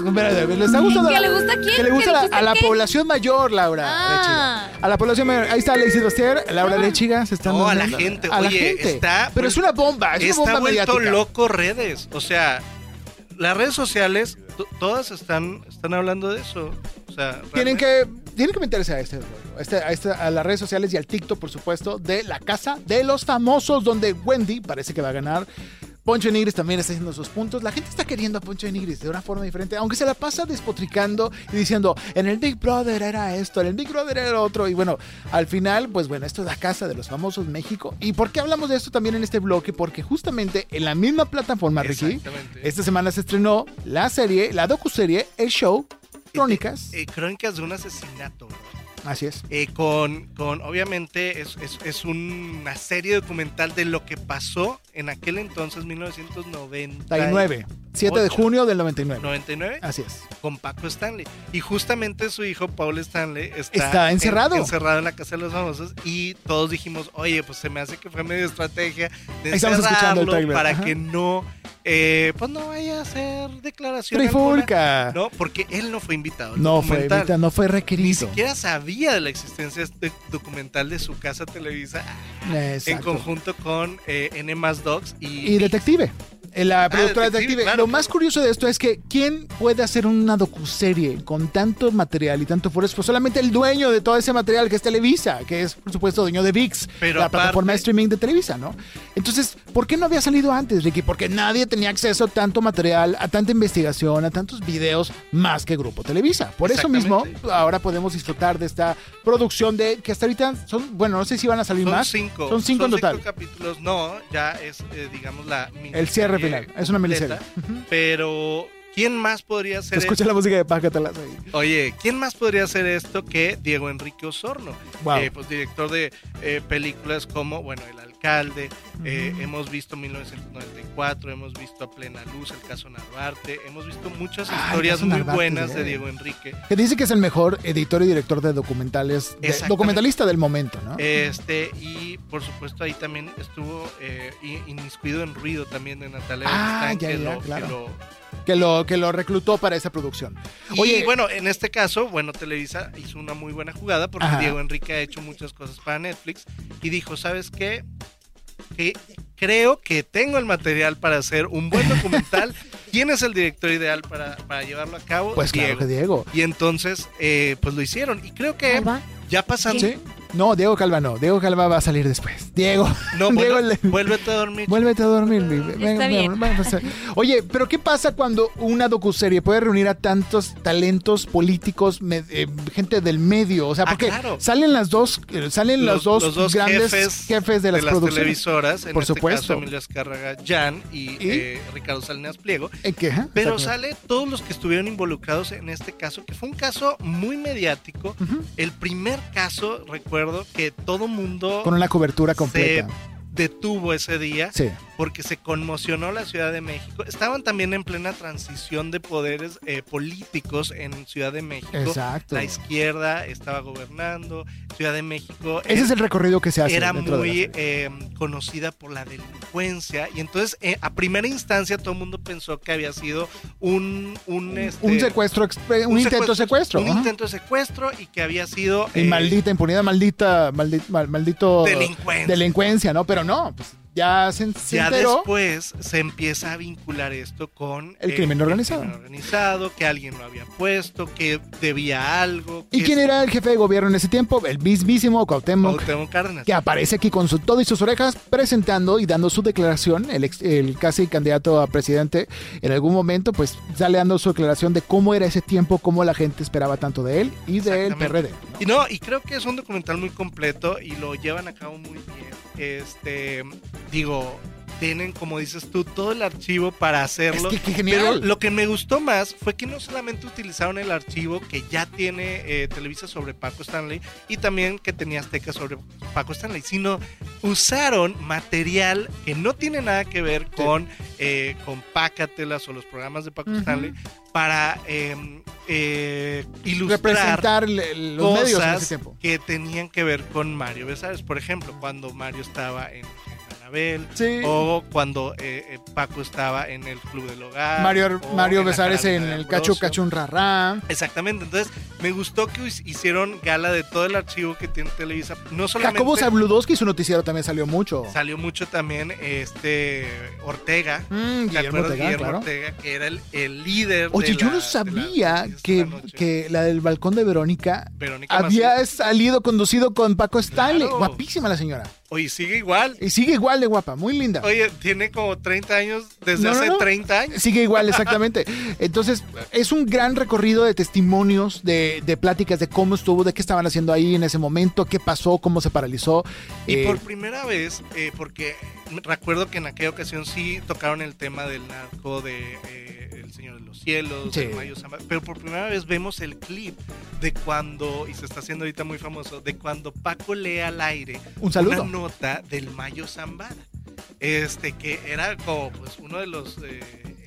Espérate, le está gustando. a ¿Que la- le gusta a quién? Que le ¿Que gusta a la- dijiste a la qué? población mayor, Laura. Ah. Lechiga. A la población mayor. Ahí está Lexi Bastier, Laura Lechiga. Se están No, a la durmiendo. gente, A la oye, gente. está Pero es una bomba. Es está una bomba vuelto mediática. loco redes o sea las redes sociales to- todas están están hablando de eso o sea Tienen realmente- que, tienen que meterse a este, rollo, a este- a, este- a las redes sociales y al TikTok, por supuesto, de la casa de los famosos, donde Wendy parece que va a ganar. Poncho de Nigris también está haciendo sus puntos. La gente está queriendo a Poncho de Nigris de una forma diferente, aunque se la pasa despotricando y diciendo, en el Big Brother era esto, en el Big Brother era lo otro. Y bueno, al final, pues bueno, esto es la casa de los famosos México. ¿Y por qué hablamos de esto también en este bloque? Porque justamente en la misma plataforma, Ricky, Exactamente. esta semana se estrenó la serie, la docuserie, el show, Crónicas. Eh, crónicas de un asesinato ¿no? Así es. eh, con, con obviamente es, es- es una serie documental de lo que pasó en aquel entonces, 1999. 99. 7 de Ocho. junio del 99. 99 Así es. con Paco Stanley y justamente su hijo Paul Stanley está, Está encerrado. en, encerrado en la casa de los famosos y todos dijimos oye pues se me hace que fue medio estrategia de Estamos escuchando el encerrarlo tráiler, para ajá. que no eh, pues no vaya a hacer declaración alguna, Trifulca. no porque él no fue invitado al No fue, documental. ahorita no fue ni requerido. siquiera sabía de la existencia de este documental de su casa Televisa en Exacto. conjunto con eh, N Dogs y, Y Detective. eh, La productora Ah, Detective, Detective. claro, Lo claro. más curioso de esto es que ¿quién puede hacer una docuserie con tanto material y tanto esfuerzo? Pues solamente el dueño de todo ese material, que es Televisa, que es, por supuesto, dueño de VIX, Pero la aparte- plataforma de streaming de Televisa, ¿no? Entonces, ¿por qué no había salido antes, Ricky? Porque nadie tenía acceso a tanto material, a tanta investigación, a tantos videos más que Grupo Televisa. Por eso mismo, Exactamente. ahora podemos disfrutar de esta producción de que hasta ahorita son, bueno, no sé si van a salir son más. cinco. Son cinco en total. capítulos. No, ya es, eh, digamos, la miniserie El cierre final. Es una miniserie. completa. Pero, ¿quién más podría Se hacer escucha la música de Pácatelas ahí. esto? Oye, ¿quién más podría hacer esto que Diego Enrique Osorno? Wow. Eh, pues director de eh, películas como, bueno, El Alcalde, eh, hemos visto 1994, hemos visto A Plena Luz, El Caso Narvarte, hemos visto muchas Ah, El historias caso muy Narvarte, eh. Ah. buenas de sí. Diego Enrique. Que dice que es el mejor editor y director de documentales, de- Exactamente. documentalista del momento, ¿no? Este, y por supuesto ahí también estuvo eh, i- inmiscuido en ruido también de Natalia Ah, Beristain, ya, que ya, lo- que claro. lo- que, lo, que lo reclutó para esa producción. Oye, y bueno, en este caso, bueno, Televisa hizo una muy buena jugada porque Ajá. Diego Enrique ha hecho muchas cosas para Netflix y dijo, ¿sabes qué? Que creo que tengo el material para hacer un buen documental. ¿Quién es el director ideal para, para llevarlo a cabo? pues claro Diego. que Diego. Y entonces, eh, pues lo hicieron. Y creo que Ahí va. ya pasando... ¿Sí? No, Diego Calva no. Diego Calva va a salir después. Diego, No, Diego bueno, le- vuélvete a dormir. vuélvete a dormir. mi- ven, ven, bien. vamos a- Oye, pero ¿qué pasa cuando una docuserie puede reunir a tantos talentos políticos, me- eh, gente del medio? O sea, Ah, porque claro. salen las dos, eh, salen los, dos grandes jefes, de las, producciones. televisoras, en Por este supuesto. caso Emilio Azcárraga, Jan y, ¿Y? eh, Ricardo Salinas Pliego. Eh, ¿qué? Ajá, Pero exactamente. sale todos los que estuvieron involucrados en este caso, que fue un caso muy mediático. Ujú. El primer caso, recuerdo, que todo mundo Con una cobertura se completa. detuvo ese día Sí. porque se conmocionó la Ciudad de México. Estaban también en plena transición de poderes eh, políticos en Ciudad de México. Exacto. La izquierda estaba gobernando, Ciudad de México Ese es el recorrido que se hace. era dentro de la muy serie. eh, conocida por la delincuencia y entonces eh, a primera instancia todo el mundo pensó que había sido un un, este, un secuestro, exp- un, intento de secuestro. un ajá. intento de secuestro y que había sido Y eh, maldita impunidad, maldita, maldi- mal- maldito delincuencia. delincuencia, ¿no? Pero no, pues ya se, se ya enteró. después se empieza a vincular esto con eh, El crimen organizado. crimen organizado, que alguien lo había puesto, que debía algo. ¿Y que quién era el jefe de gobierno en ese tiempo? El mismísimo Cuauhtémoc, Cuauhtémoc Cárdenas. que aparece aquí con su, todo y sus orejas presentando y dando su declaración, el, ex- el casi candidato a presidente, en algún momento pues sale dando su declaración de cómo era ese tiempo, cómo la gente esperaba tanto de él y del Exactamente. PRD. Y no, y creo que es un documental muy completo y lo llevan a cabo muy bien. Este, digo, tienen, como dices tú, todo el archivo para Es hacerlo. que qué Pero genial. lo que me gustó más fue que no solamente utilizaron el archivo que ya tiene eh, Televisa sobre Paco Stanley y también que tenía Azteca sobre Paco Stanley, sino usaron material que no tiene nada que ver con, eh, con Pácatelas o los programas de Paco Ujú. Stanley para eh, eh, ilustrar Representar le- los medios en ese cosas tiempo. que tenían que ver con Mario Besares. Por ejemplo, cuando Mario estaba en, en Anabel. Sí. O cuando eh, eh, Paco estaba en el Club del Hogar. Mario, o Mario en la Besares en Carabina de el Cacho Ambrosio. Cachun Rarrá. Exactamente, entonces me gustó que his- hicieron gala de todo el archivo que tiene Televisa. No solamente Jacobo Zabludowski, su noticiero también salió mucho. salió mucho también este Ortega. Mm, ¿te Guillermo acuerdas? Ortega, Guillermo claro. Ortega, que era el, el líder. Oye, de yo la- de no la sabía fiesta que, noche. que la del balcón de Verónica Verónica había Macías. salido conducido con Paco Stanley. Claro. Guapísima la señora. Oye, sigue igual. Y sigue igual de guapa, muy linda. Oye, tiene como 30 años, desde No, no, hace no. 30 años. Sigue igual, exactamente. Entonces, es un gran recorrido de testimonios, de, de pláticas de cómo estuvo, de qué estaban haciendo ahí en ese momento, qué pasó, cómo se paralizó. Y Eh, por primera vez, eh, porque recuerdo que en aquella ocasión sí tocaron el tema del narco de eh, El Señor de los Cielos, Sí. del Mayo Zamba, pero por primera vez vemos el clip de cuando, y se está haciendo ahorita muy famoso, de cuando Paco lee al aire un una saludo. nota del Mayo Zambada. Este, que era como pues uno de los. eh,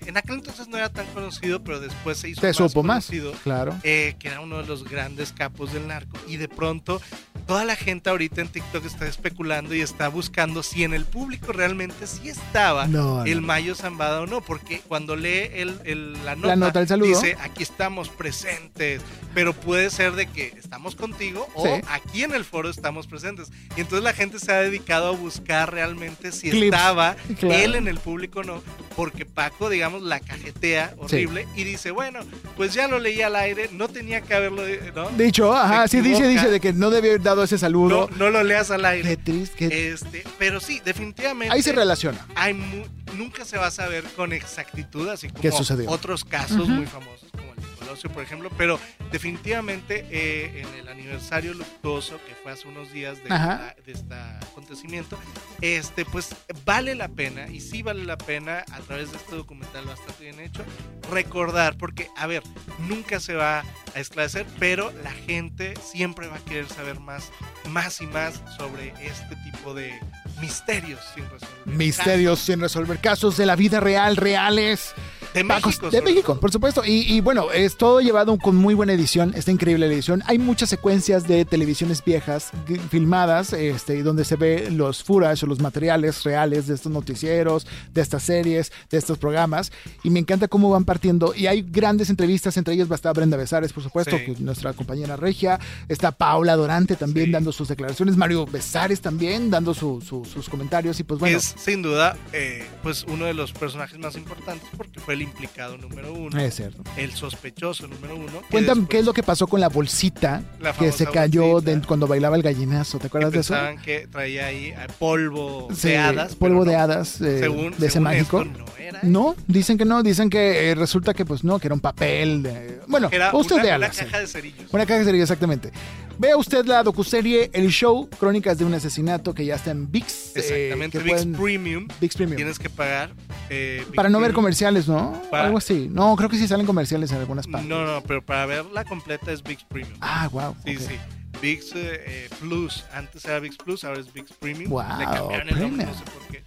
en aquel entonces no era tan conocido, pero después se hizo Te más supo más. conocido Claro. eh, que era uno de los grandes capos del narco. Y de pronto, toda la gente ahorita en TikTok está especulando y está buscando si en el público realmente sí estaba No, Ah, no. el Mayo Zambada o no, porque cuando lee el, el- la nota, nota, el saludo. dice aquí estamos presentes, pero puede ser de que estamos contigo o Sí. aquí en el foro estamos presentes. Y entonces la gente se ha dedicado a buscar realmente si Clips. estaba Claro. él en el público o no, porque Paco, digamos, la cajetea horrible y dice, bueno, pues ya lo leí al aire, no tenía que haberlo, eh, ¿no? Dicho, ajá, Se sí dice, equivoca. dice de que no debió haber dado ese No, saludo. no lo leas al Qué aire. triste, qué- Este, pero sí, definitivamente Ahí se relaciona. hay mu- nunca se va a saber con exactitud, así como ¿Qué sucedió? otros casos Ujú. muy famosos como el de Colosio, por ejemplo, pero definitivamente eh, en el aniversario luctuoso que fue hace unos días de, Ajá. esta- de este acontecimiento, este, pues vale la pena, y sí vale la pena, a través de este documental bastante bien hecho, recordar, porque, a ver, nunca se va a esclarecer, pero la gente siempre va a querer saber más, más y más sobre este tipo de misterios sin resolver. Misterios sin resolver, casos de la vida real, reales. De Pacos- México. de sobre México, todo. por supuesto. Y, y bueno, es todo llevado con muy buena edición. Está increíble la edición. Hay muchas secuencias de televisiones viejas g- filmadas, este, donde se ve los furas o los materiales reales de estos noticieros, de estas series, de estos programas. Y me encanta cómo van partiendo. Y hay grandes entrevistas, entre ellas va a estar Brenda Besares, por supuesto, Sí. que es nuestra compañera regia. Está Paula Dorante también Sí. dando sus declaraciones. Mario Besares también dando su- su- sus comentarios. Y pues bueno. Es sin duda eh, pues uno de los personajes más importantes porque fue el implicado número uno, Es cierto. el sospechoso número uno. que Cuéntame después qué es lo que pasó con la bolsita La que se famosa cayó bolsita. de- cuando bailaba el gallinazo. ¿Te acuerdas de eso? pensaban que traía ahí eh, polvo Sí, de hadas. polvo pero de no. hadas eh, Según, de ese según mágico. esto, no era. no, dicen que no, dicen que eh, resulta que pues no, que era un papel. de- bueno, Era usted una, de una alas. sí. caja de cerillos. Una eh, caja de cerillos, exactamente. Vea usted la docuserie El Show, Crónicas de un Asesinato, que ya está en VIX. eh, Exactamente, que VIX pueden- Premium. VIX Premium. Tienes que pagar. eh, VIX Para no ver Premium. comerciales, ¿no? Para- Algo así. No, creo que sí salen comerciales en algunas partes. No, no, pero para verla completa es VIX Premium. Ah, wow. Sí, sí. VIX eh, eh, Plus. Antes era VIX Plus, ahora es VIX Premium. Wow, Le cambiaron el nombre, premium. Ah. no sé por qué.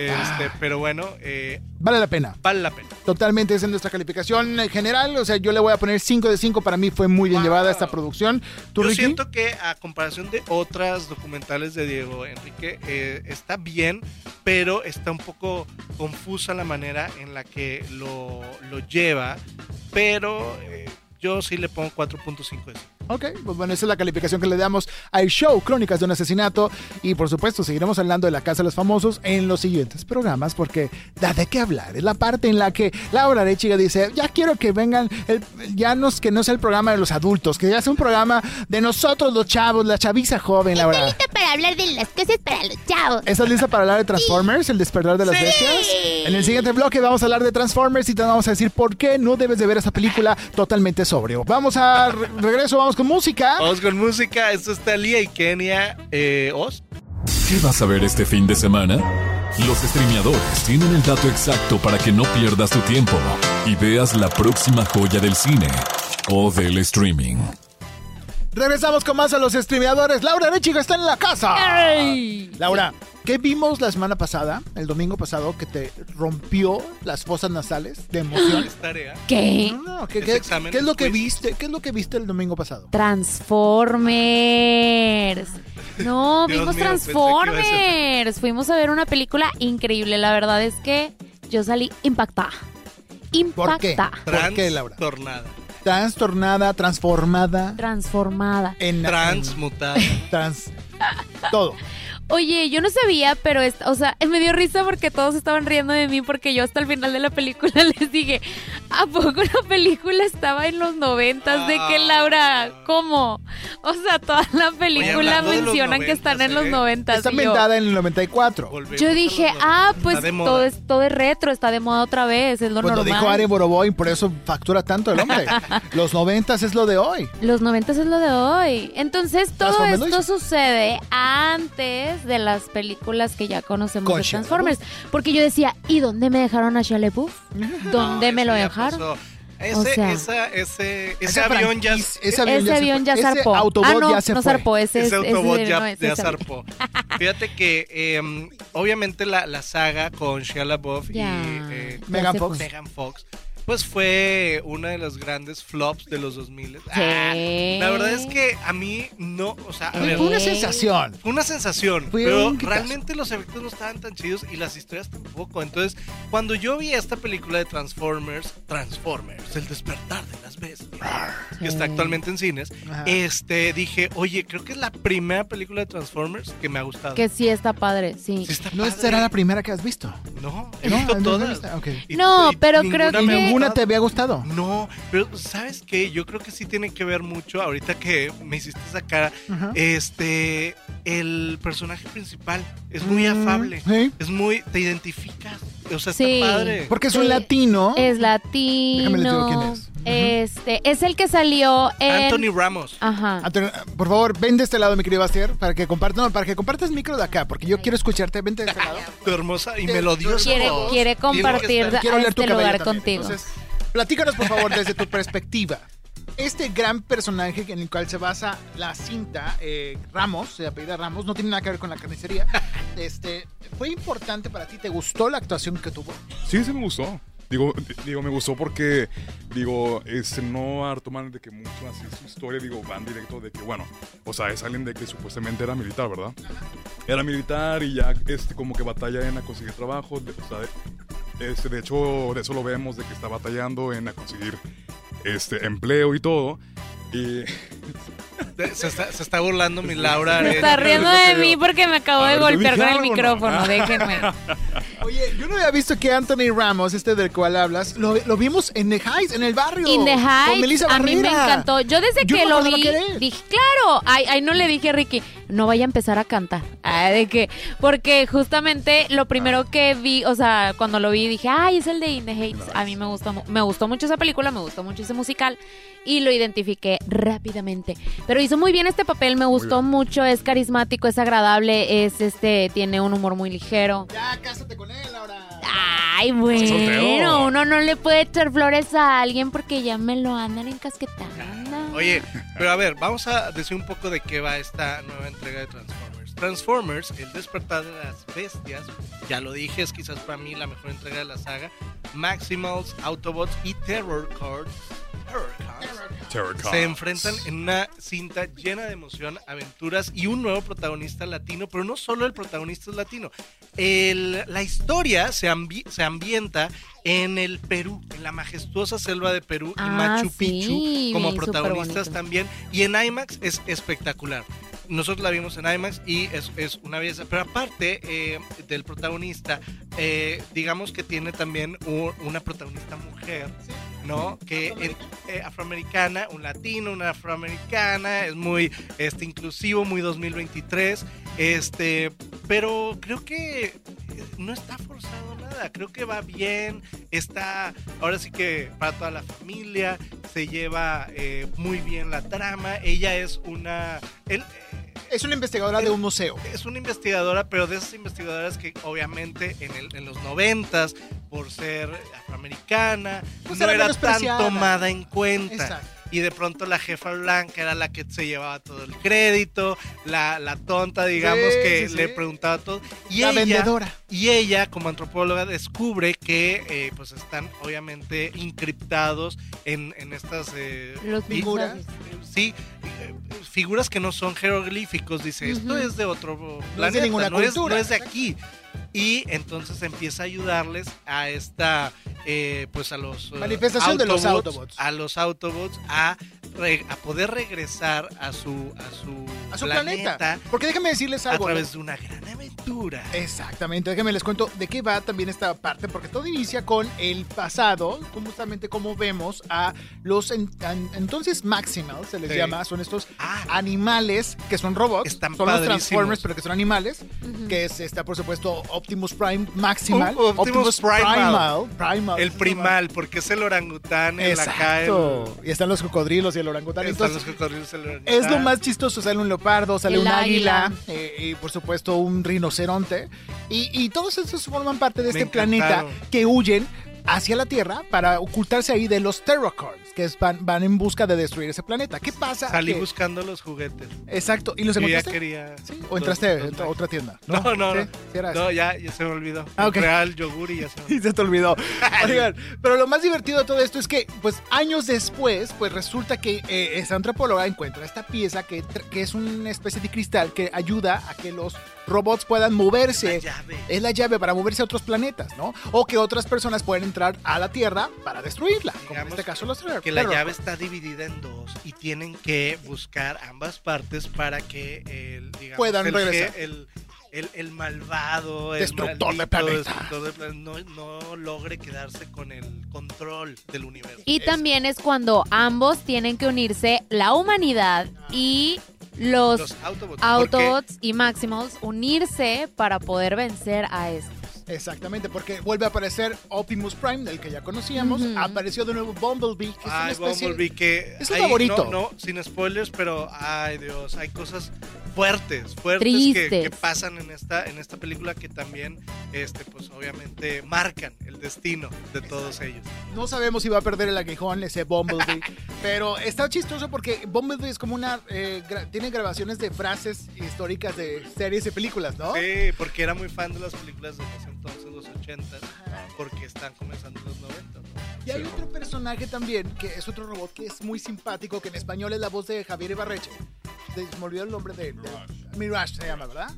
Este, pero bueno, eh, Vale la pena. vale la pena. Totalmente, esa es nuestra calificación en general. O sea, yo le voy a poner 5 de 5. Para mí fue muy bien Wow. llevada esta producción. ¿Tú, Yo Ricky? siento que a comparación de otras documentales de Diego Enrique, eh, está bien, pero está un poco confusa la manera en la que lo, lo lleva, pero eh, yo sí le pongo 4.5 de cinco. Ok, pues bueno, esa es la calificación que le damos al show Crónicas de un Asesinato. Y por supuesto, seguiremos hablando de la Casa de los Famosos en los siguientes programas porque da de qué hablar. Es la parte en la que Laura Arechiga dice: Ya quiero que vengan, el- ya nos, que no sea el programa de los adultos, que ya sea un programa de nosotros los chavos, la chaviza joven, Laura. lista para hablar de las cosas para los chavos. ¿Estás lista para hablar de Transformers, el despertar de las bestias? En el siguiente bloque vamos a hablar de Transformers y te vamos a decir por qué no debes de ver esa película totalmente sobrio. Vamos a re- regreso, vamos con música. Vamos con música, esto está Lía y Kenia. Eh, ¿Os? ¿Qué vas a ver este fin de semana? Los streameadores tienen el dato exacto para que no pierdas tu tiempo y veas la próxima joya del cine o del streaming. Regresamos con más a los streameadores. Laura Arechiga está en la casa. Laura, ¿qué vimos la semana pasada, el domingo pasado, que te rompió las fosas nasales de emoción? Es tarea. ¿Qué? No, no, ¿qué, Ese qué- examen, qué es lo que quiz. viste? ¿Qué es lo que viste el domingo pasado? Transformers. No, Dios mío, pensé vimos que iba a decir- Transformers. Fuimos a ver una película increíble. La verdad es que yo salí impactada. ¿Por qué? Impactada. ¿Por qué, Laura? Tornada. Trastornada, transformada, Transformada. en Transmutada. trans, todo. Oye, yo no sabía, pero es- o sea, me dio risa porque todos estaban riendo de mí porque yo hasta el final de la película les dije, ¿a poco la película estaba en los noventas? ¿De que Laura? ¿Cómo? O sea, toda la película Ah. hablando de los mencionan que están en los noventas, ¿eh? noventas. Está y yo- ambientada en el 94. Volvemos a Yo los dije, noventas. ah, pues Está de moda. todo es, todo es retro, está de moda otra vez, es lo Cuando normal. dijo Ari Boroboy, por eso factura tanto el hombre. Los 90 es lo de hoy. Los noventas es lo de hoy. Entonces todo Transformers lo esto hizo. sucede antes de las películas que ya conocemos Con de Shia Transformers. Porque yo decía, ¿y dónde me dejaron a Shia LaBeouf? ¿Dónde No, me eso lo ya dejaron? pasó. Ese, O sea. esa- ese, ese Esa avión ya. franquicia- ese- ese avión ese ya se avión fue. ya Ese zarpó. autobot ah, no, ya se no fue. zarpó. Ese, Ese es- ese autobot es- ya, no, ese ya es- zarpó. Fíjate que eh, obviamente la, la saga con Shia LaBeouf Ya. y eh, Megan se Fox. fue. Megan Fox, pues fue una de los grandes flops de los 2000. Ah, Sí. la verdad es que a mí no, o sea, a Fue ver, Fue una Sí. sensación. fue una sensación, Fue pero un hitazo. realmente los efectos no estaban tan chidos y las historias tampoco. Entonces, cuando yo vi esta película de Transformers, Transformers, el despertar de las bestias, que está Mm. Sí. actualmente en cines, Ajá. este, dije, oye, creo que es la primera película de Transformers que me ha gustado. Que sí está padre, sí. Sí está No padre. será la primera que has visto. No, he No, visto no, no, todas. no, ok. Y- No, y pero ninguna creo ¿Y me ha que- ninguna gustado. te había gustado? No, pero ¿sabes qué? Yo creo que sí tiene que ver mucho, ahorita que me hiciste esa cara, Ajá. este, el personaje principal es muy Mm, afable. Sí. Es muy, te identificas. O sea, Sí. está padre. Porque es un Sí. latino. Es Déjame les digo latino. quién es. Ujú. Este, es el que salió en... Anthony Ramos. Ajá. Antonio, por favor, ven de este lado, mi querido Bastier, para que compartas, no, para que compartas micro de acá, porque yo quiero escucharte, vente de este lado. Tu hermosa y melodiosa. Quiere, voz. Tiene quiere que compartir estar- Quiero a leer tu este cabello lugar también. contigo. Entonces, platícanos, por favor, desde tu perspectiva. Este gran personaje en el cual se basa la cinta, eh, Ramos, se apellida Ramos, no tiene nada que ver con la carnicería. Este, ¿Fue importante para ti? ¿Te gustó la actuación que tuvo? Sí, sí me gustó. Digo, di- digo, me gustó porque, digo, este, no harto toman de que mucho así su historia, digo, van directo de que, bueno, o sea, es alguien de que supuestamente era militar, ¿verdad? Era militar y ya, este, como que batalla en a conseguir trabajo, de- o sea, de- este, de hecho, de eso lo vemos, de que está batallando en a conseguir, este, empleo y todo, y... Se está, se está burlando mi Laura. Me Arena. está riendo de mí porque me acabo A ver, de ¿yo golpear dije con el algo o no? micrófono, déjenme. Oye, yo no había visto que Anthony Ramos, este del cual hablas, lo, lo vimos en The Heights, en el barrio. In the Con Heights, Melissa a mí me Barrera. encantó. Yo desde Yo que no lo me acordaba vi, que era él. dije, claro, ay, ay, no le dije a Ricky, no vaya a empezar a cantar. Ay, de que, porque justamente lo primero que vi, o sea, cuando lo vi dije, ay, es el de In the Heights. A mí me gustó, mu- me gustó mucho esa película, me gustó mucho ese musical y lo identifiqué rápidamente. Pero hizo muy bien este papel, me gustó mucho, es carismático, es agradable, es este, tiene un humor muy ligero. Ya, cásate con él ahora. Ay, soltero. bueno, uno no le puede echar flores a alguien porque ya me lo andan encasquetando. Oye, pero a ver, vamos a decir un poco de qué va esta nueva entrega de Transformers. Transformers, El despertar de las bestias, ya lo dije, es quizás para mí la mejor entrega de la saga, Maximals, Autobots y Terror Cards. Terror Cards Terror Cox. se enfrentan en una cinta llena de emoción, aventuras y un nuevo protagonista latino, pero no solo el protagonista es latino. El- la historia se, ambi- se ambienta en el Perú, en la majestuosa selva de Perú y Ah, Machu sí, Picchu como vi, protagonistas superbonito. también. Y en IMAX es espectacular. Nosotros la vimos en IMAX y es, es una belleza. Pero aparte eh, del protagonista, eh, digamos que tiene también u- una protagonista mujer, ¿no? Que en- eh, afroamericana, un latino, una afroamericana, es muy este, inclusivo, muy 2023. Este, pero creo que eh, no está forzado nada, creo que va bien, está ahora sí que para toda la familia, se lleva eh, muy bien la trama, ella es una... él, eh, Es una investigadora de un museo. es una investigadora, pero de esas investigadoras que obviamente en, el- en los noventas, por ser afroamericana, Pues no era era tan menospreciada. tomada en cuenta. Exacto. Y de pronto la jefa blanca era la que se llevaba todo el crédito, la, la tonta, digamos, Sí, que sí, le sí. preguntaba todo. Y La ella, vendedora. y ella, como antropóloga, descubre que eh, pues están obviamente encriptados en, en estas eh, Los vi- Figuras. mensajes. sí, eh, figuras que no son jeroglíficos. Dice, esto Ujú. es de otro planeta, no ninguna es- cultura, no es de aquí. Y entonces empieza a ayudarles a esta, eh, pues a los eh, Manifestación de los Autobots. a los Autobots a, re- a poder regresar a su a su, A su planeta. Porque déjame decirles a algo. Eh, través de una gran aventura. Exactamente, déjenme les cuento de qué va también esta parte, porque todo inicia con el pasado, con justamente como vemos a los en- an- entonces Maximals, se les Sí. llama, son estos Ah, animales que son robots, Están son los padrísimos. Transformers, pero que son animales, Ujú. que es, está por supuesto Optimus Prime Maximal, Uh, Optimus Primal. Primal, Primal, El primal, porque es el orangután, el acá, el- Exacto. Y están los cocodrilos y el orangután. están Entonces, los cocodrilos, el orangután. es lo más chistoso. Sale un leopardo, sale El un águila, águila. eh, y por supuesto un rinoceronte. Y, y todos estos forman parte de Me este planeta encantaron. que huyen hacia la Tierra para ocultarse ahí de los Terracorns, que es- van, van en busca de destruir ese planeta. ¿Qué pasa? Salí Que- buscando los juguetes. Exacto. ¿Y los Yo ya encontraste? quería. Sí, ¿O entraste los- los a otra tienda? No, no, ¿Sí? no. ¿Sí era No, ya, ya se me olvidó. Ah, ok. Real yogur y ya se me Y olvidó. se te olvidó. Oigan, pero lo más divertido de todo esto es que, pues, años después, pues resulta que eh, esa antropóloga encuentra esta pieza que, tr- que es una especie de cristal que ayuda a que los robots puedan moverse. La llave. Es la llave para moverse a otros planetas, ¿no? O que otras personas pueden entrar a la Tierra para destruirla. como en Digamos este caso los Terror- Que la Terror. llave está dividida en dos y tienen que buscar ambas partes para que el, digamos, Puedan el, regresar. je- el, el- el malvado, el Destructor de maldito, planetas. destructor de planetas, no, no logre quedarse con el control del universo. Y también es cuando ambos tienen que unirse la humanidad y los, Los Autobots. porque- Autobots y Maximals unirse para poder vencer a este. estos. Exactamente, porque vuelve a aparecer Optimus Prime, del que ya conocíamos. Ujú. Apareció de nuevo Bumblebee, que es una Ay, especie... Bumblebee, que. es un ahí, favorito. No, no, sin spoilers, pero ay Dios, hay cosas fuertes, fuertes que, Tristes. que pasan en esta, en esta película que también, este, pues obviamente marcan el destino de todos ellos. No sabemos si va a perder el aguijón ese Bumblebee, pero está chistoso porque Bumblebee es como una... eh, gra- tiene grabaciones de frases históricas de series y películas, ¿no? Sí, porque era muy fan de las películas de ese entonces, los 80 porque están comenzando los 90 ¿no? Y hay otro personaje también, que es otro robot que es muy simpático, que en español es la voz de Javier Ibarreche. Se me olvidó el nombre de... de- Mirage se llama, ¿verdad?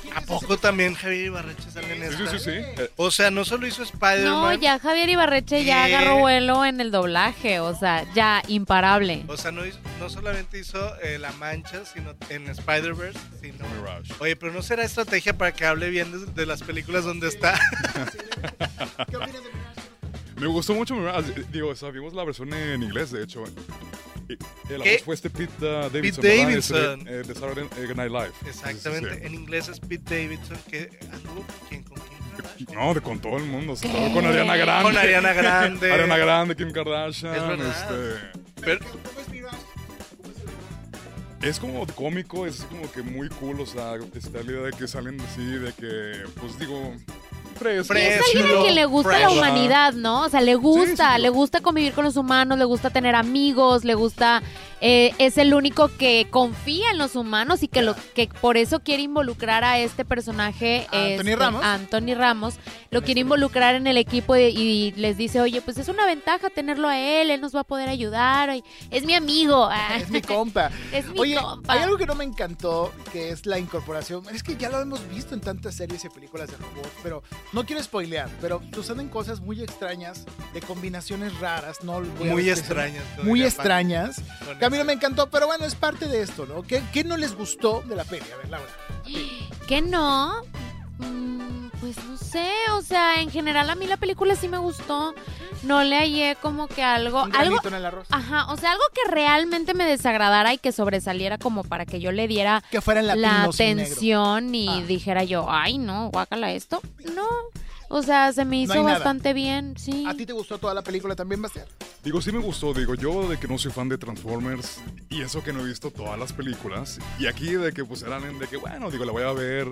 ¿Quién ¿A es poco también Javier Ibarreche sale en Sí, sí, esta? sí, sí. Eh, O sea, no solo hizo Spider-Man. No, ya Javier Ibarreche ya ¿Qué? agarró vuelo en el doblaje, o sea, ya imparable. O sea, no, hizo- no solamente hizo eh, La Mancha sino en Spider-Verse, sino Mirage. Oye, pero ¿no será estrategia para que hable bien de, de las películas donde está? ese? ¿Qué opinas de Mirage? Me gustó mucho Mirage. Eh, Digo, o sea, vimos la versión en inglés, de hecho. Y- y la ¿Qué? voz fue este Pete uh, Davidson. Pete ¿verdad? Ese de- Davidson. eh, de Saturday Night Live. Sí, sí, sí. Exactamente. En inglés es Pete Davidson, que anduvo con quién, con quién Kardashian? No, de con todo el mundo. o sea, ¿Qué? Con Ariana Grande. Con Ariana Grande. Ariana Grande, Kim Kardashian. Es verdad. este, Pero- ¿Cómo es Mirage? Es como cómico, es como que muy cool, o sea, está la idea de que salen así, de que, pues digo, fresco. Y es Fresh, alguien al chulo, Pues que le gusta la fresh. humanidad, ¿no? O sea, le gusta, Sí, sí, sí. le gusta convivir con los humanos, le gusta tener amigos, le gusta eh, es el único que confía en los humanos y que, lo, que por eso quiere involucrar a este personaje. ¿A Anthony este, Ramos? a Anthony Ramos. Lo quiere involucrar en el equipo y, y les dice, oye, pues es una ventaja tenerlo a él, él nos va a poder ayudar. ay, Es mi amigo. ah, Es mi compa. es mi Oye, compa. hay algo que no me encantó, que es la incorporación. Es que ya lo hemos visto en tantas series y películas de robots, pero no quiero spoilear, pero suceden cosas muy extrañas, de combinaciones raras, no voy a Muy decir- extrañas. Muy todavía, extrañas. Paco, Que a mí no con me encantó, pero bueno, es parte de esto, ¿no? ¿Qué, qué no les gustó de la peli? A ver, Laura. ¿Que no? Mm, Pues no sé, o sea, en general a mí la película sí me gustó. No le hallé como que algo. Un Algo. granito en el arroz. Ajá, o sea, algo que realmente me desagradara y que sobresaliera como para que yo le diera Que fueran la latinos y negro. atención y Ah. dijera yo, ay, no, guácala esto. No, o sea, se me No hizo hay nada. bastante bien, sí. ¿A ti te gustó toda la película también, Bastián? Digo, sí me gustó, digo, yo de que no soy fan de Transformers y eso que no he visto todas las películas y aquí de que pues eran de que bueno, digo, la voy a ver,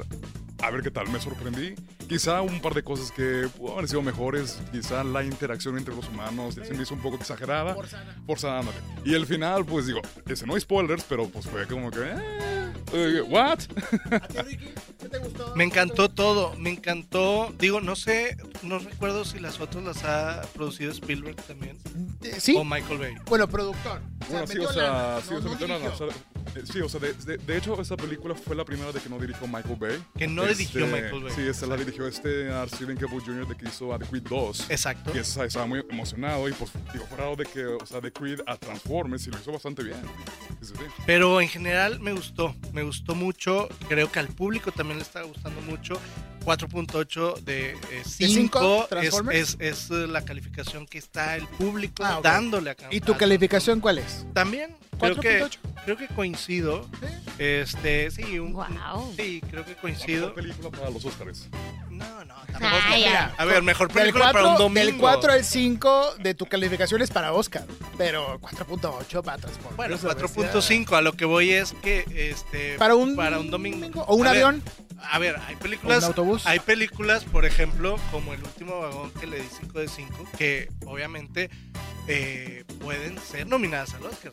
a ver qué tal, me sorprendí. Quizá un par de cosas que pudo haber sido mejores, quizá la interacción entre los humanos se me hizo un poco exagerada. Forzada. Forzada, ándale. Y el final, pues digo, ese no hay spoilers, pero pues fue como que... eh, eh, ¿What? ¿A ti, Ricky? ¿Qué te gustó? Me encantó todo, me encantó. Digo, no sé, no recuerdo si las otras las ha producido Spielberg también Eh, Sí. o Michael Bay. Bueno, productor. Bueno, sí, metió o sea, lana, sí, no- o sea, no metieron a dirigió. lanzar- eh, sí, o sea, de, de- de hecho, esa película fue la primera de que no dirigió Michael Bay. Este, Que no dirigió Michael Bay. Sí, esa la dirigió este a Steven Cable Jr. de que hizo a The Creed 2. Exacto. Y esa, estaba muy emocionado y pues digo, parado de que, o sea, The Creed a Transformers y lo hizo bastante bien. Sí, sí, sí. Pero en general me gustó, me gustó mucho. Creo que al público también le está gustando mucho. 4.8 de eh, 5 cinco, es, Transformers? es- es, eh, la calificación que está el público Ah, ok. dándole a ¿Y tu Cantar. calificación cuál es? También creo que, 4.8. creo que coincido. Este, sí, un, Guau. sí, creo que Mejor coincido. película para los Oscars. No, no, tampoco. Ay, Mira, A ver, mejor Del película para un 4, domingo. del 4 al 5 de tu calificación es para Oscar, pero 4.8 para Transformers. Bueno, o sea, 4.5, a lo que voy es que este ¿Para un, domingo ¿O un A ver, avión? a ver, hay ¿O películas un autobús? hay películas, por ejemplo, como El último vagón que le di 5 de 5, que obviamente eh, pueden ser nominadas al Oscar.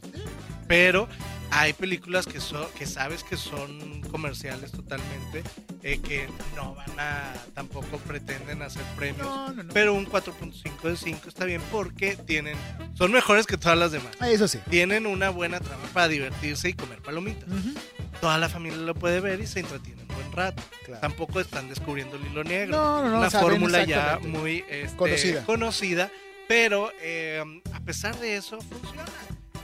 Pero hay películas que son que sabes que son comerciales totalmente eh, que no van a tampoco pretenden hacer premios. No, no, no. Pero un 4.5 de 5 está bien porque tienen son mejores que todas las demás Eso sí. tienen una buena trama para divertirse y comer palomitas. Ujú. Toda la familia lo puede ver y se entretiene un buen rato. Claro. Tampoco están descubriendo el hilo negro. No, no, no. una saben fórmula ya exactamente. muy este, Conocida. conocida, pero eh, a pesar de eso funciona.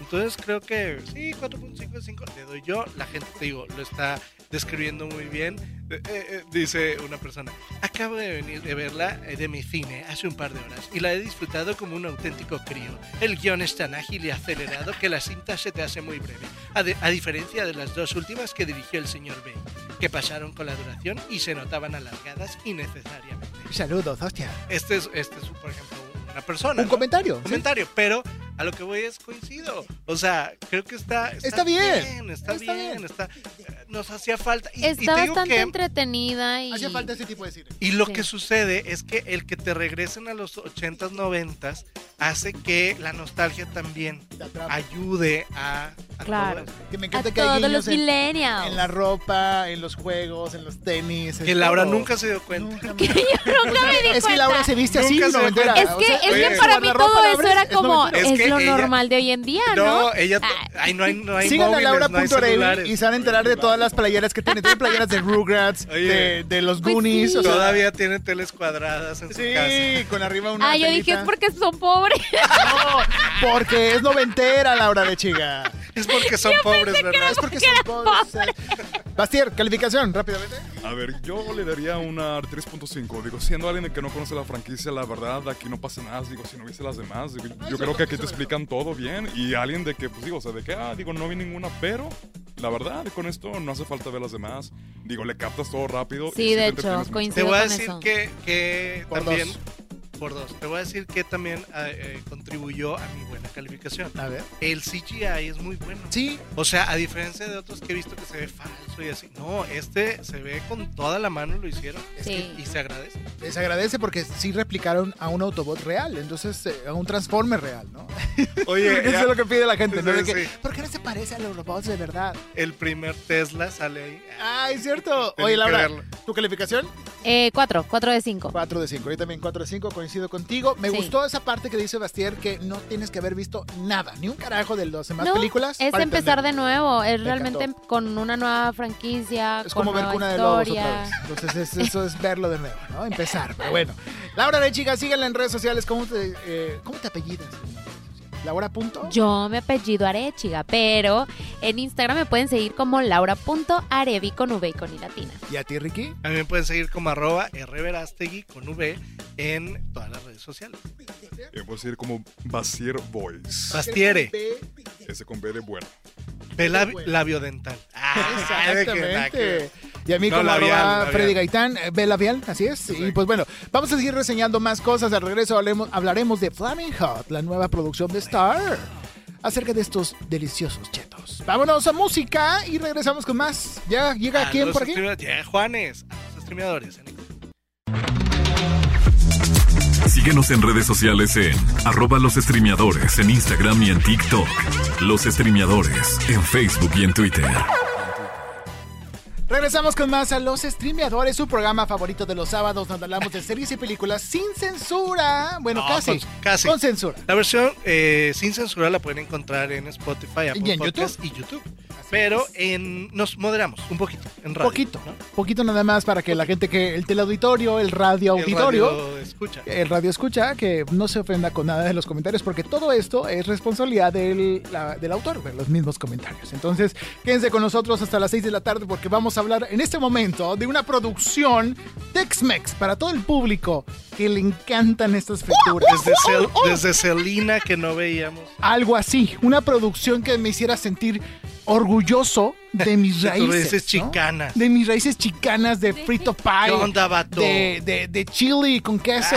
Entonces creo que sí, 4.5 de 5 le doy yo. La gente, te digo, lo está describiendo muy bien. Eh, eh, eh, dice una persona, acabo de venir de verla eh, de mi cine hace un par de horas y la he disfrutado como un auténtico crío. El guión es tan ágil y acelerado que la cinta se te hace muy breve, a, de- a diferencia de las dos últimas que dirigió el señor B, que pasaron con la duración y se notaban alargadas innecesariamente. Saludos, hostia. Este es, este es por ejemplo, una persona. Un ¿no? comentario. Un ¿sí? comentario, pero a lo que voy es coincido. O sea, creo que está. Está, Está bien. Está Está, bien, bien. está. eh, Nos hacía falta. Y, y Está te digo bastante que- entretenida y... Hacía falta ese tipo de cine. y lo Sí. que sucede es que el que te regresen a los 80s, 90s hace que la nostalgia también Te atrapa. ayude a. a Claro. todo esto. que me A encanta que hay todos guiños los en, millennials. en la ropa, en los juegos, en los tenis. en Que Laura todo. nunca se dio cuenta. Nunca me- Nunca me di Es que cuenta. Laura se viste así, Nunca se dio noventera. cuenta. Es que, es oye, que para mí la ropa todo la eso abres, era es como noventera. es, Es que lo ella- normal de hoy en día, ¿no? No, ella. Ah. Ay, no hay, no hay Sigan a móviles, no hay laura.oreu celulares. y se van a enterar de todas las playeras que tiene. Tiene playeras de Rugrats, Oye. de, de los Pues Goonies. sí. o sea, Todavía tiene teles cuadradas en su casa. Sí, con arriba una Ah, yo dije telita. es porque son pobres. No, porque es noventera Laura de Chiga. Es porque son pobres, ¿verdad? Es porque son pobres. Bastier, calificación, rápidamente. A ver, yo le daría una 3.5. Digo, siendo alguien que no conoce la franquicia, la verdad, aquí no pasa nada. Digo, si no viste las demás, digo, yo creo que aquí te explican todo bien. Y alguien de que, pues digo, o sea, de que, ah, digo, no vi ninguna, pero la verdad, con esto no hace falta ver las demás. Digo, le captas todo rápido. y Sí, de te hecho, entretienes mucho. coincido. Te voy a con decir eso. que, que Por también. dos. Por dos. Te voy a decir que también eh, eh, contribuyó a mi buena calificación. A ver. El CGI es muy bueno. Sí, O sea, a diferencia de otros que he visto que se ve falso y así. No, este se ve con toda la mano, lo hicieron. Es Sí. que- y se agradece. les agradece porque sí replicaron a un Autobot real, entonces eh, a un Transformer real, ¿no? Oye, Porque eso ya- es lo que pide la gente, ¿no? Sí, De que, sí. ¿Por qué no se parece a los robots de verdad? el primer Tesla sale ahí. Ay, Ah, cierto. Tenía Oye, que Laura, verlo. ¿tu calificación? Eh, cuatro, cuatro de cinco. 4 de 5. Yo también 4 de 5, coincido contigo. Me Sí. gustó esa parte que dice Bastier que no tienes que haber visto nada, ni un carajo de las demás No, películas. Es para empezar de entenderlo. nuevo, es Me realmente encantó. con una nueva franquicia. Es con como ver nueva Cuna de Lobos historia. otra vez. Entonces es- eso es verlo de nuevo, ¿no? Empezar, pero bueno. Laura de chicas, síganla en redes sociales. ¿Cómo te, eh, ¿cómo te apellidas? ¿Laura punto? Yo me apellido Arechiga, pero en Instagram me pueden seguir como laura.arevi con V y con I latina. ¿Y a ti, Ricky? A mí me pueden seguir como arroba rverastegui con V en todas las redes sociales. Eh, puedo decir como Basier Boys. Bastiere, Ve- Ese con B de bueno. pela labio dental. Ah, de que nada que ver. Exactamente. Y a mí No, como labial, arroba labial. Freddy Gaitán, eh, ve labial, así es. Y pues bueno, vamos a seguir reseñando más cosas. Al regreso hablemos- hablaremos de Flaming Hot, la nueva producción de Star, acerca de estos deliciosos chetos. Vámonos a música y regresamos con más. ¿Ya llega A quién Ah, los por aquí? streamers- ya, Juanes, a los streameadores. en- Síguenos en redes sociales en arroba los streameadores en Instagram y en TikTok. Los streameadores en Facebook y en Twitter. Regresamos con más a Los Streameadores, su programa favorito de los sábados, donde hablamos de series y películas sin censura. Bueno, No, casi, con- casi. Con censura. La versión eh, sin censura la pueden encontrar en Spotify, Apple Y en Podcasts y YouTube. Pero en, nos moderamos un poquito en radio. poquito, ¿no? poquito nada más para que la gente que el teleauditorio, el radio El auditorio, radio escucha. el radio escucha, que no se ofenda con nada de los comentarios, porque todo esto es responsabilidad del, la- del autor, de los mismos comentarios. Entonces, quédense con nosotros hasta las 6 de la tarde, porque vamos a hablar en este momento de una producción Tex-Mex para todo el público que le encantan estas frituras. Desde, Cel- oh. desde Selena que no veíamos. Algo así, una producción que me hiciera sentir orgulloso de mis De tus raíces. raíces ¿no? chicanas. De mis raíces chicanas de frito pie. ¿Qué onda, vato? De, de, de chili con queso.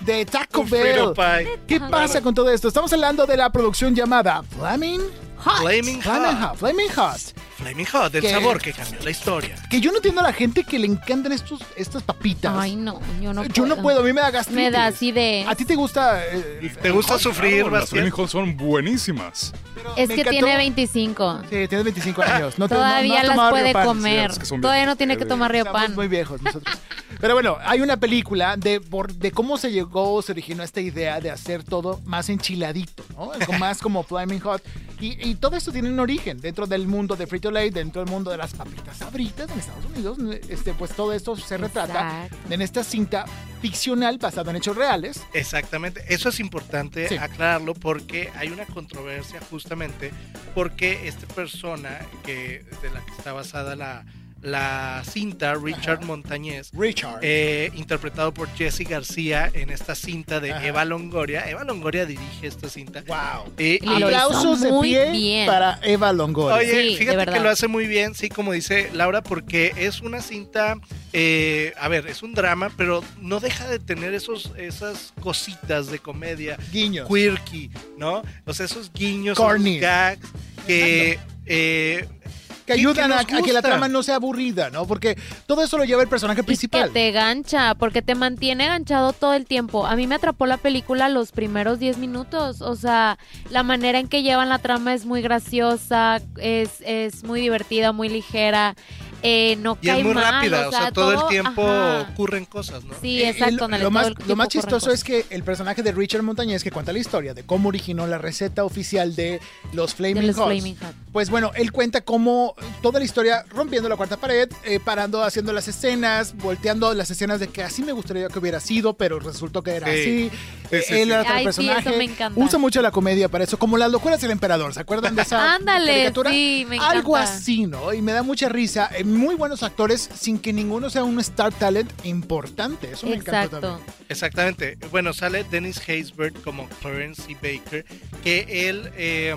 De Taco Un Bell. frito pie. ¿Qué pasa con todo esto? Estamos hablando de la producción llamada Flaming Hot. Flaming Flaming Ah. Hot. Hot. Flaming Hot. Flaming Hot, el ¿Qué? sabor que cambió la historia. Que yo no entiendo a la gente que le encantan estos, estas papitas. Ay, no, yo no yo no puedo, a mí me da gastritis. Me da así de... ¿A ti te gusta? eh, el- ¿Te gusta el- sufrir, Claro, las Bastián? Flaming Hot son buenísimas. Es me que encantó- tiene 25. Sí, tienes 25 años. No te- no- no has Todavía las tomado puede Riopan. comer. es que son Todavía bien- no tiene que eh, tomar Estamos riopan. muy viejos nosotros. Pero bueno, hay una película de, por- de cómo se llegó, se originó esta idea de hacer todo más enchiladito, ¿no? Algo Más como Flaming Hot. Y, y todo esto tiene un origen dentro del mundo de Frito Lay, dentro del mundo de las papitas sabritas en Estados Unidos. Este, pues todo esto se retrata Exacto. en esta cinta ficcional basada en hechos reales. Exactamente, eso es importante Sí. aclararlo porque hay una controversia justamente porque esta persona que, de la que está basada la, la cinta, Richard Montañez, Richard. eh, interpretado por Jesse García en esta cinta de Ajá. Eva Longoria. Eva Longoria dirige esta cinta. wow. Eh, y- pues, Lo hizo Aplausos de muy pie bien. para Eva Longoria. Oye, Sí, de fíjate verdad. que lo hace muy bien, sí, como dice Laura, porque es una cinta, eh, a ver, es un drama, pero no deja de tener esos, esas cositas de comedia, Guiños. quirky, ¿no? O sea, esos guiños, esos Corny. gags que... eh, que que- ayudan que a, nos a que la gusta. trama no sea aburrida, ¿no? Porque todo eso lo lleva el personaje Y principal. que te gancha, porque te mantiene ganchado todo el tiempo. A mí me atrapó la película los primeros 10 minutos. O sea, la manera en que llevan la trama es muy graciosa, es, es muy divertida, muy ligera. eh, no y cae es muy mal, rápida, o sea, todo, el tiempo ajá. ocurren cosas, ¿no? Sí, Eh, exacto. eh, lo- ándale, lo, todo más, el lo tiempo más ocurren chistoso cosas. es que el personaje de Richard Montañez que cuenta la historia de cómo originó la receta oficial de los Flaming de los Hots. Flaming Hot. Pues bueno, él cuenta cómo toda la historia rompiendo la cuarta pared, eh, parando, haciendo las escenas, volteando las escenas de que así me gustaría que hubiera sido, pero resultó que era Sí. así. Sí, Eh, sí, él era sí. tal Ay, sí, eso personaje. me encanta. Usa mucho la comedia para eso, como las locuras del emperador. ¿Se acuerdan de esa Ándale, caricatura? sí, me Algo encanta. así, ¿no? Y me da mucha risa. Eh, Muy buenos actores sin que ninguno sea un star talent importante. Eso me encanta también. Exacto. Exactamente. Bueno, sale Dennis Haysbert como Clarence E. Baker, que él, eh,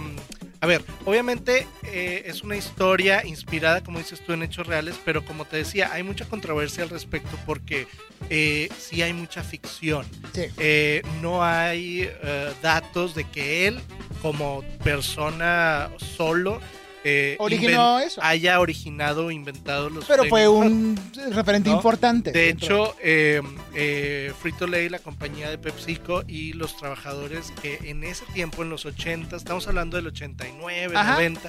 a ver, obviamente eh, es una historia inspirada, como dices tú, en hechos reales, pero como te decía, hay mucha controversia al respecto porque eh, sí hay mucha ficción. Sí. Eh, no hay eh, datos de que él, como persona solo, eh, Originó inven- eso. haya originado, inventado los Pero fue premios. un referente ¿No? importante. De dentro hecho, eh, eh, Frito Lay, la compañía de PepsiCo y los trabajadores que en ese tiempo, en los 80, estamos hablando del 89, Ajá. 90,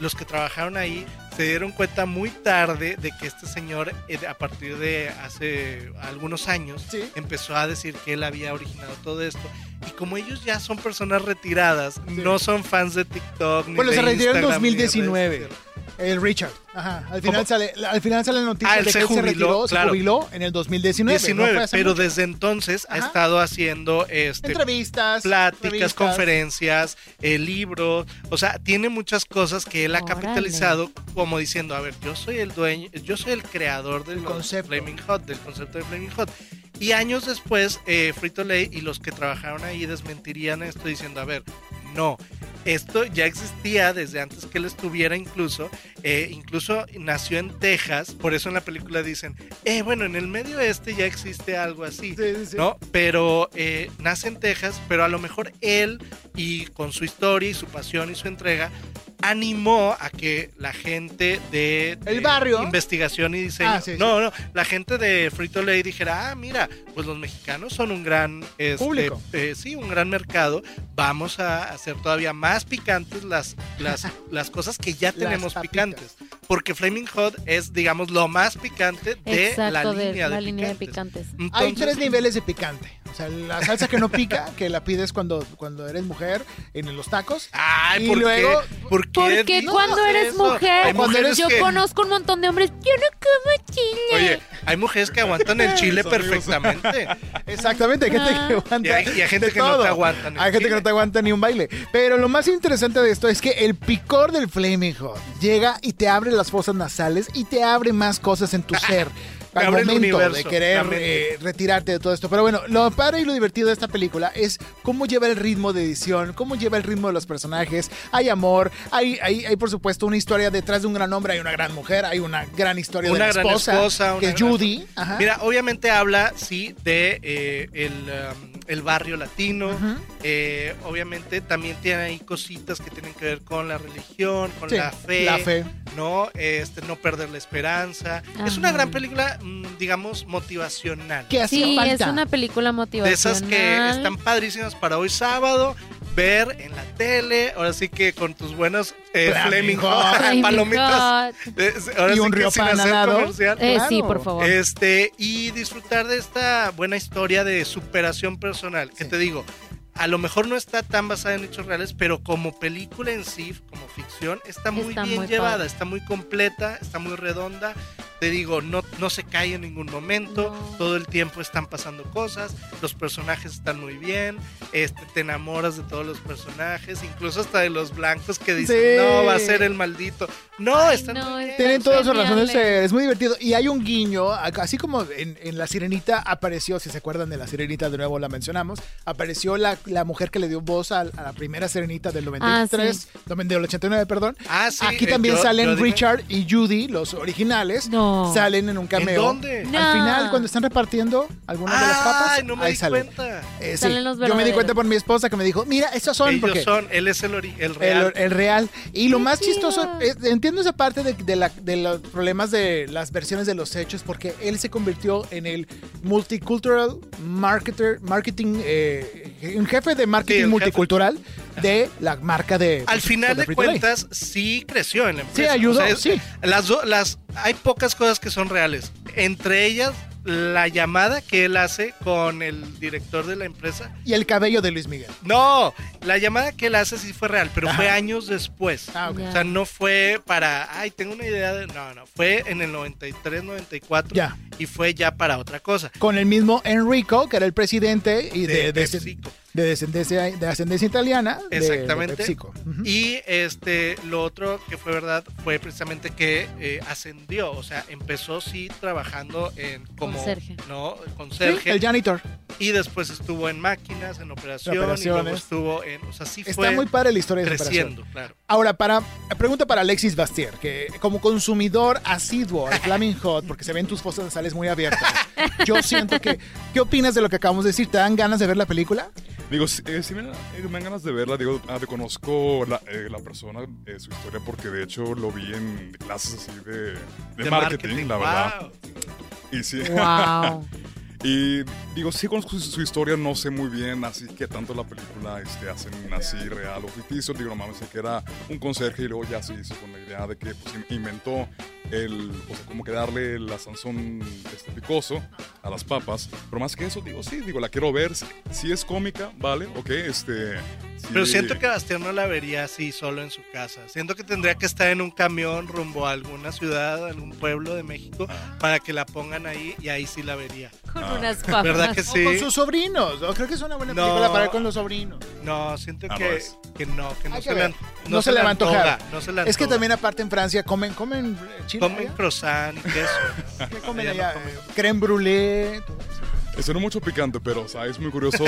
los que trabajaron ahí se dieron cuenta muy tarde de que este señor, eh, a partir de hace algunos años, Sí. empezó a decir que él había originado todo esto. Y como ellos ya son personas retiradas, no son fans de TikTok. Ni Bueno, de se retiró en Instagram, ni de redes 2019. sociales. El Richard. Ajá. Al final, ¿Cómo? sale, la- al final sale la noticia Ah, él de que se él se jubiló, retiró, se claro. jubiló en el 2019. no 19, fue hace pero mucho. desde entonces Ajá. ha estado haciendo este, entrevistas, pláticas, revistas. conferencias, el libros, o sea, tiene muchas cosas que él ha Órale. capitalizado como diciendo, a ver, yo soy el dueño, yo soy el creador del El concepto. Flaming Hot, del concepto de Flaming Hot. Y años después, eh, Frito Lay y los que trabajaron ahí desmentirían esto diciendo, a ver, no. Esto ya existía desde antes que él estuviera incluso, eh, incluso nació en Texas, por eso en la película dicen, eh, bueno, en el medio este ya existe algo así. Sí, sí, sí. ¿no? Pero eh, nace en Texas, pero a lo mejor él y con su historia y su pasión y su entrega animó a que la gente de, El de barrio. investigación y diseño Ah, sí, sí. no no la gente de Frito Lay dijera ah mira pues los mexicanos son un gran este, Público. eh, sí un gran mercado vamos a hacer todavía más picantes las las las cosas que ya Las tenemos papitas. picantes porque Flaming Hot es digamos lo más picante de la Exacto, de línea de la línea de picantes. picantes. Entonces, Hay tres niveles de picante. O sea, la salsa que no pica, que la pides cuando, cuando eres mujer en los tacos. Ay, Y ¿por luego- qué? ¿Por qué Porque dices cuando eres eso? Hay mujer, cuando mujeres eres- yo que- conozco un montón de hombres, yo no como chile. Oye, hay mujeres que aguantan el chile Mis amigos. perfectamente. Exactamente, hay gente que Ah. aguanta. Y hay, y hay gente de que no todo. te aguanta. ni Hay gente que no te aguanta ni un baile. Pero lo más interesante de esto es que el picor del Flaming Hot llega y te abre las fosas nasales y te abre más cosas en tu ser. Me Al abre el momento de universo, querer la mente. eh, retirarte de todo esto. Pero bueno, lo padre y lo divertido de esta película es cómo lleva el ritmo de edición, cómo lleva el ritmo de los personajes. Hay amor, hay, hay, hay, por supuesto una historia detrás de un gran hombre, hay una gran mujer, hay una gran historia Una de la gran esposa, esposa, que una es gran- Judy. Ajá. Mira, obviamente habla, sí, de eh, el, um, el barrio latino. Ujú. Eh, obviamente también tiene ahí cositas que tienen que ver con la religión, con Sí, la fe. La fe. ¿no? Este, no perder la esperanza. Es una Ajá. gran película, mm, digamos, motivacional. ¿Qué hacía Sí, falta? es una película motivacional. de esas que están padrísimas para hoy sábado ver en la tele ahora sí que con tus buenos eh, Flaming Flaming Hot. Ay, Hot, mi palomitas God. eh, ahora Y un sí río que sin pan al hacer lado. comercial Eh, Sí, Claro. por favor. este y disfrutar de esta buena historia de superación personal que Sí. te digo a lo mejor no está tan basada en hechos reales, pero como película en sí, como ficción, está muy Está bien muy llevada, padre. está muy completa, está muy redonda. Te digo, no, no se cae en ningún momento, No. todo el tiempo están pasando cosas, los personajes están muy bien, este, te enamoras de todos los personajes, incluso hasta de los blancos que dicen, Sí. no, va a ser el maldito. No, Ay, están no, muy bien. está- Tienen todas sus Genial, razones, eh. eh, es muy divertido. Y hay un guiño, a- así como en, en La Sirenita apareció, si se acuerdan de La Sirenita, de nuevo la mencionamos, apareció la, la mujer que le dio voz a, a la primera Sirenita Ah, del 93, no, del 89, perdón. Ah, sí, Aquí eh, también yo- salen yo dije- Richard y Judy, los originales, No. salen en un cameo. ¿En dónde? No. Al final, cuando están repartiendo algunas de las papas, Ay, no me ahí di salen. cuenta. Eh, sí, Salen los Yo me di verdaderos. cuenta por mi esposa que me dijo, mira, estos son Ellos porque son, él es el, ori- el real. El, el real. Y lo Qué más chido. chistoso, es- entiendo esa parte de, de la- de los problemas de las versiones de los hechos, porque él se convirtió en el multicultural marketer, marketing, eh, un jefe de marketing Sí, el jefe. multicultural de la marca de. Al final de de Frito-Lay. cuentas, sí creció en la empresa. Sí, ayudó, O sea, es- sí. Las do- las, hay pocas cosas que son reales. Entre ellas, la llamada que él hace con el director de la empresa. Y el cabello de Luis Miguel. No, la llamada que él hace sí fue real, pero fue años después. Ah, ok. Ya. O sea, no fue para, ay, tengo una idea de... No, no, fue en el 93, 94 Ya. y fue ya para otra cosa. Con el mismo Enrico, que era el presidente y de, De de- PepsiCo. de descendencia, de ascendencia italiana. de- Exactamente. De, PepsiCo. Ujú. Y este, lo otro que fue verdad fue precisamente que eh, ascendió, o sea, empezó sí trabajando en como Conserje. no Sí, conserje el janitor. y después estuvo en máquinas, en operación y luego Operaciones. estuvo en, o sea, sí Está fue muy padre la historia de esa operación. creciendo, claro. Ahora, para pregunta para Alexis Bastier, que como consumidor asiduo al Flaming Hot, porque se ven tus fosas nasales muy abiertas, yo siento que. ¿Qué opinas de lo que acabamos de decir? ¿Te dan ganas de ver la película? Digo, sí, eh, sí me, eh, me dan ganas de verla. Digo, ah, reconozco la, eh, la persona, eh, su historia, porque de hecho lo vi en clases así de, de marketing, la verdad. Wow. Y sí. Wow. Y digo, sí conozco su, su historia, no sé muy bien así que tanto la película este, hacen así real o ficticio. Digo, no mames, sé que era un conserje y luego ya se hizo con la idea de que pues, in- inventó el, o sea, como que darle la sanzón este, picoso a las papas. Pero más que eso, digo, sí, digo, la quiero ver. Si, si es cómica, vale, ok, este. sí. Pero siento que Bastián no la vería así solo en su casa. Siento que tendría que estar en un camión rumbo a alguna ciudad, algún pueblo de México, para que la pongan ahí y ahí sí la vería. Con Ah. unas papas. ¿Verdad que O con sí? sus sobrinos. O creo que es una buena No. película para ver con los sobrinos. No, siento Ah, no que, es. que no, que no Hay se, que la, ver. No se le va a antojar. antoja, No se la Es que antoja. también aparte en Francia comen, comen eh, chile. comen allá. croissant y queso. ¿Qué comen Allá no allá? Eh, Creme brûlée. todo. Eso no es mucho picante, pero, o sea, es muy curioso,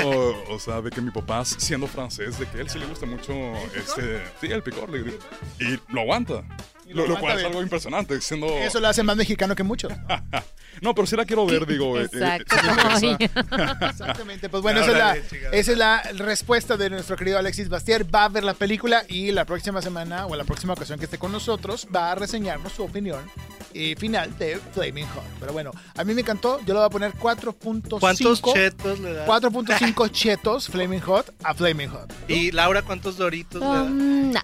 o sea, de que mi papá, siendo francés, de que a él sí le gusta mucho, este, sí, el picor, le digo, y lo aguanta. Y lo Lo, lo cual aguanta es bien. algo impresionante, siendo... Oh. Eso lo hace más mexicano que muchos. No, pero sí la quiero ver, digo. eh, eh, Exacto. sí me interesa. Ay. Exactamente. Pues bueno, esa es, Órale, la, chingada. esa es la respuesta de nuestro querido Alexis Bastier. Va a ver la película y la próxima semana o la próxima ocasión que esté con nosotros va a reseñarnos su opinión y final de Flaming Hot. Pero bueno, a mí me encantó. Yo le voy a poner 4.5. ¿Cuántos chetos le das? 4.5 chetos Flaming Hot a Flaming Hot. Y Laura, ¿cuántos doritos le das? Um, no.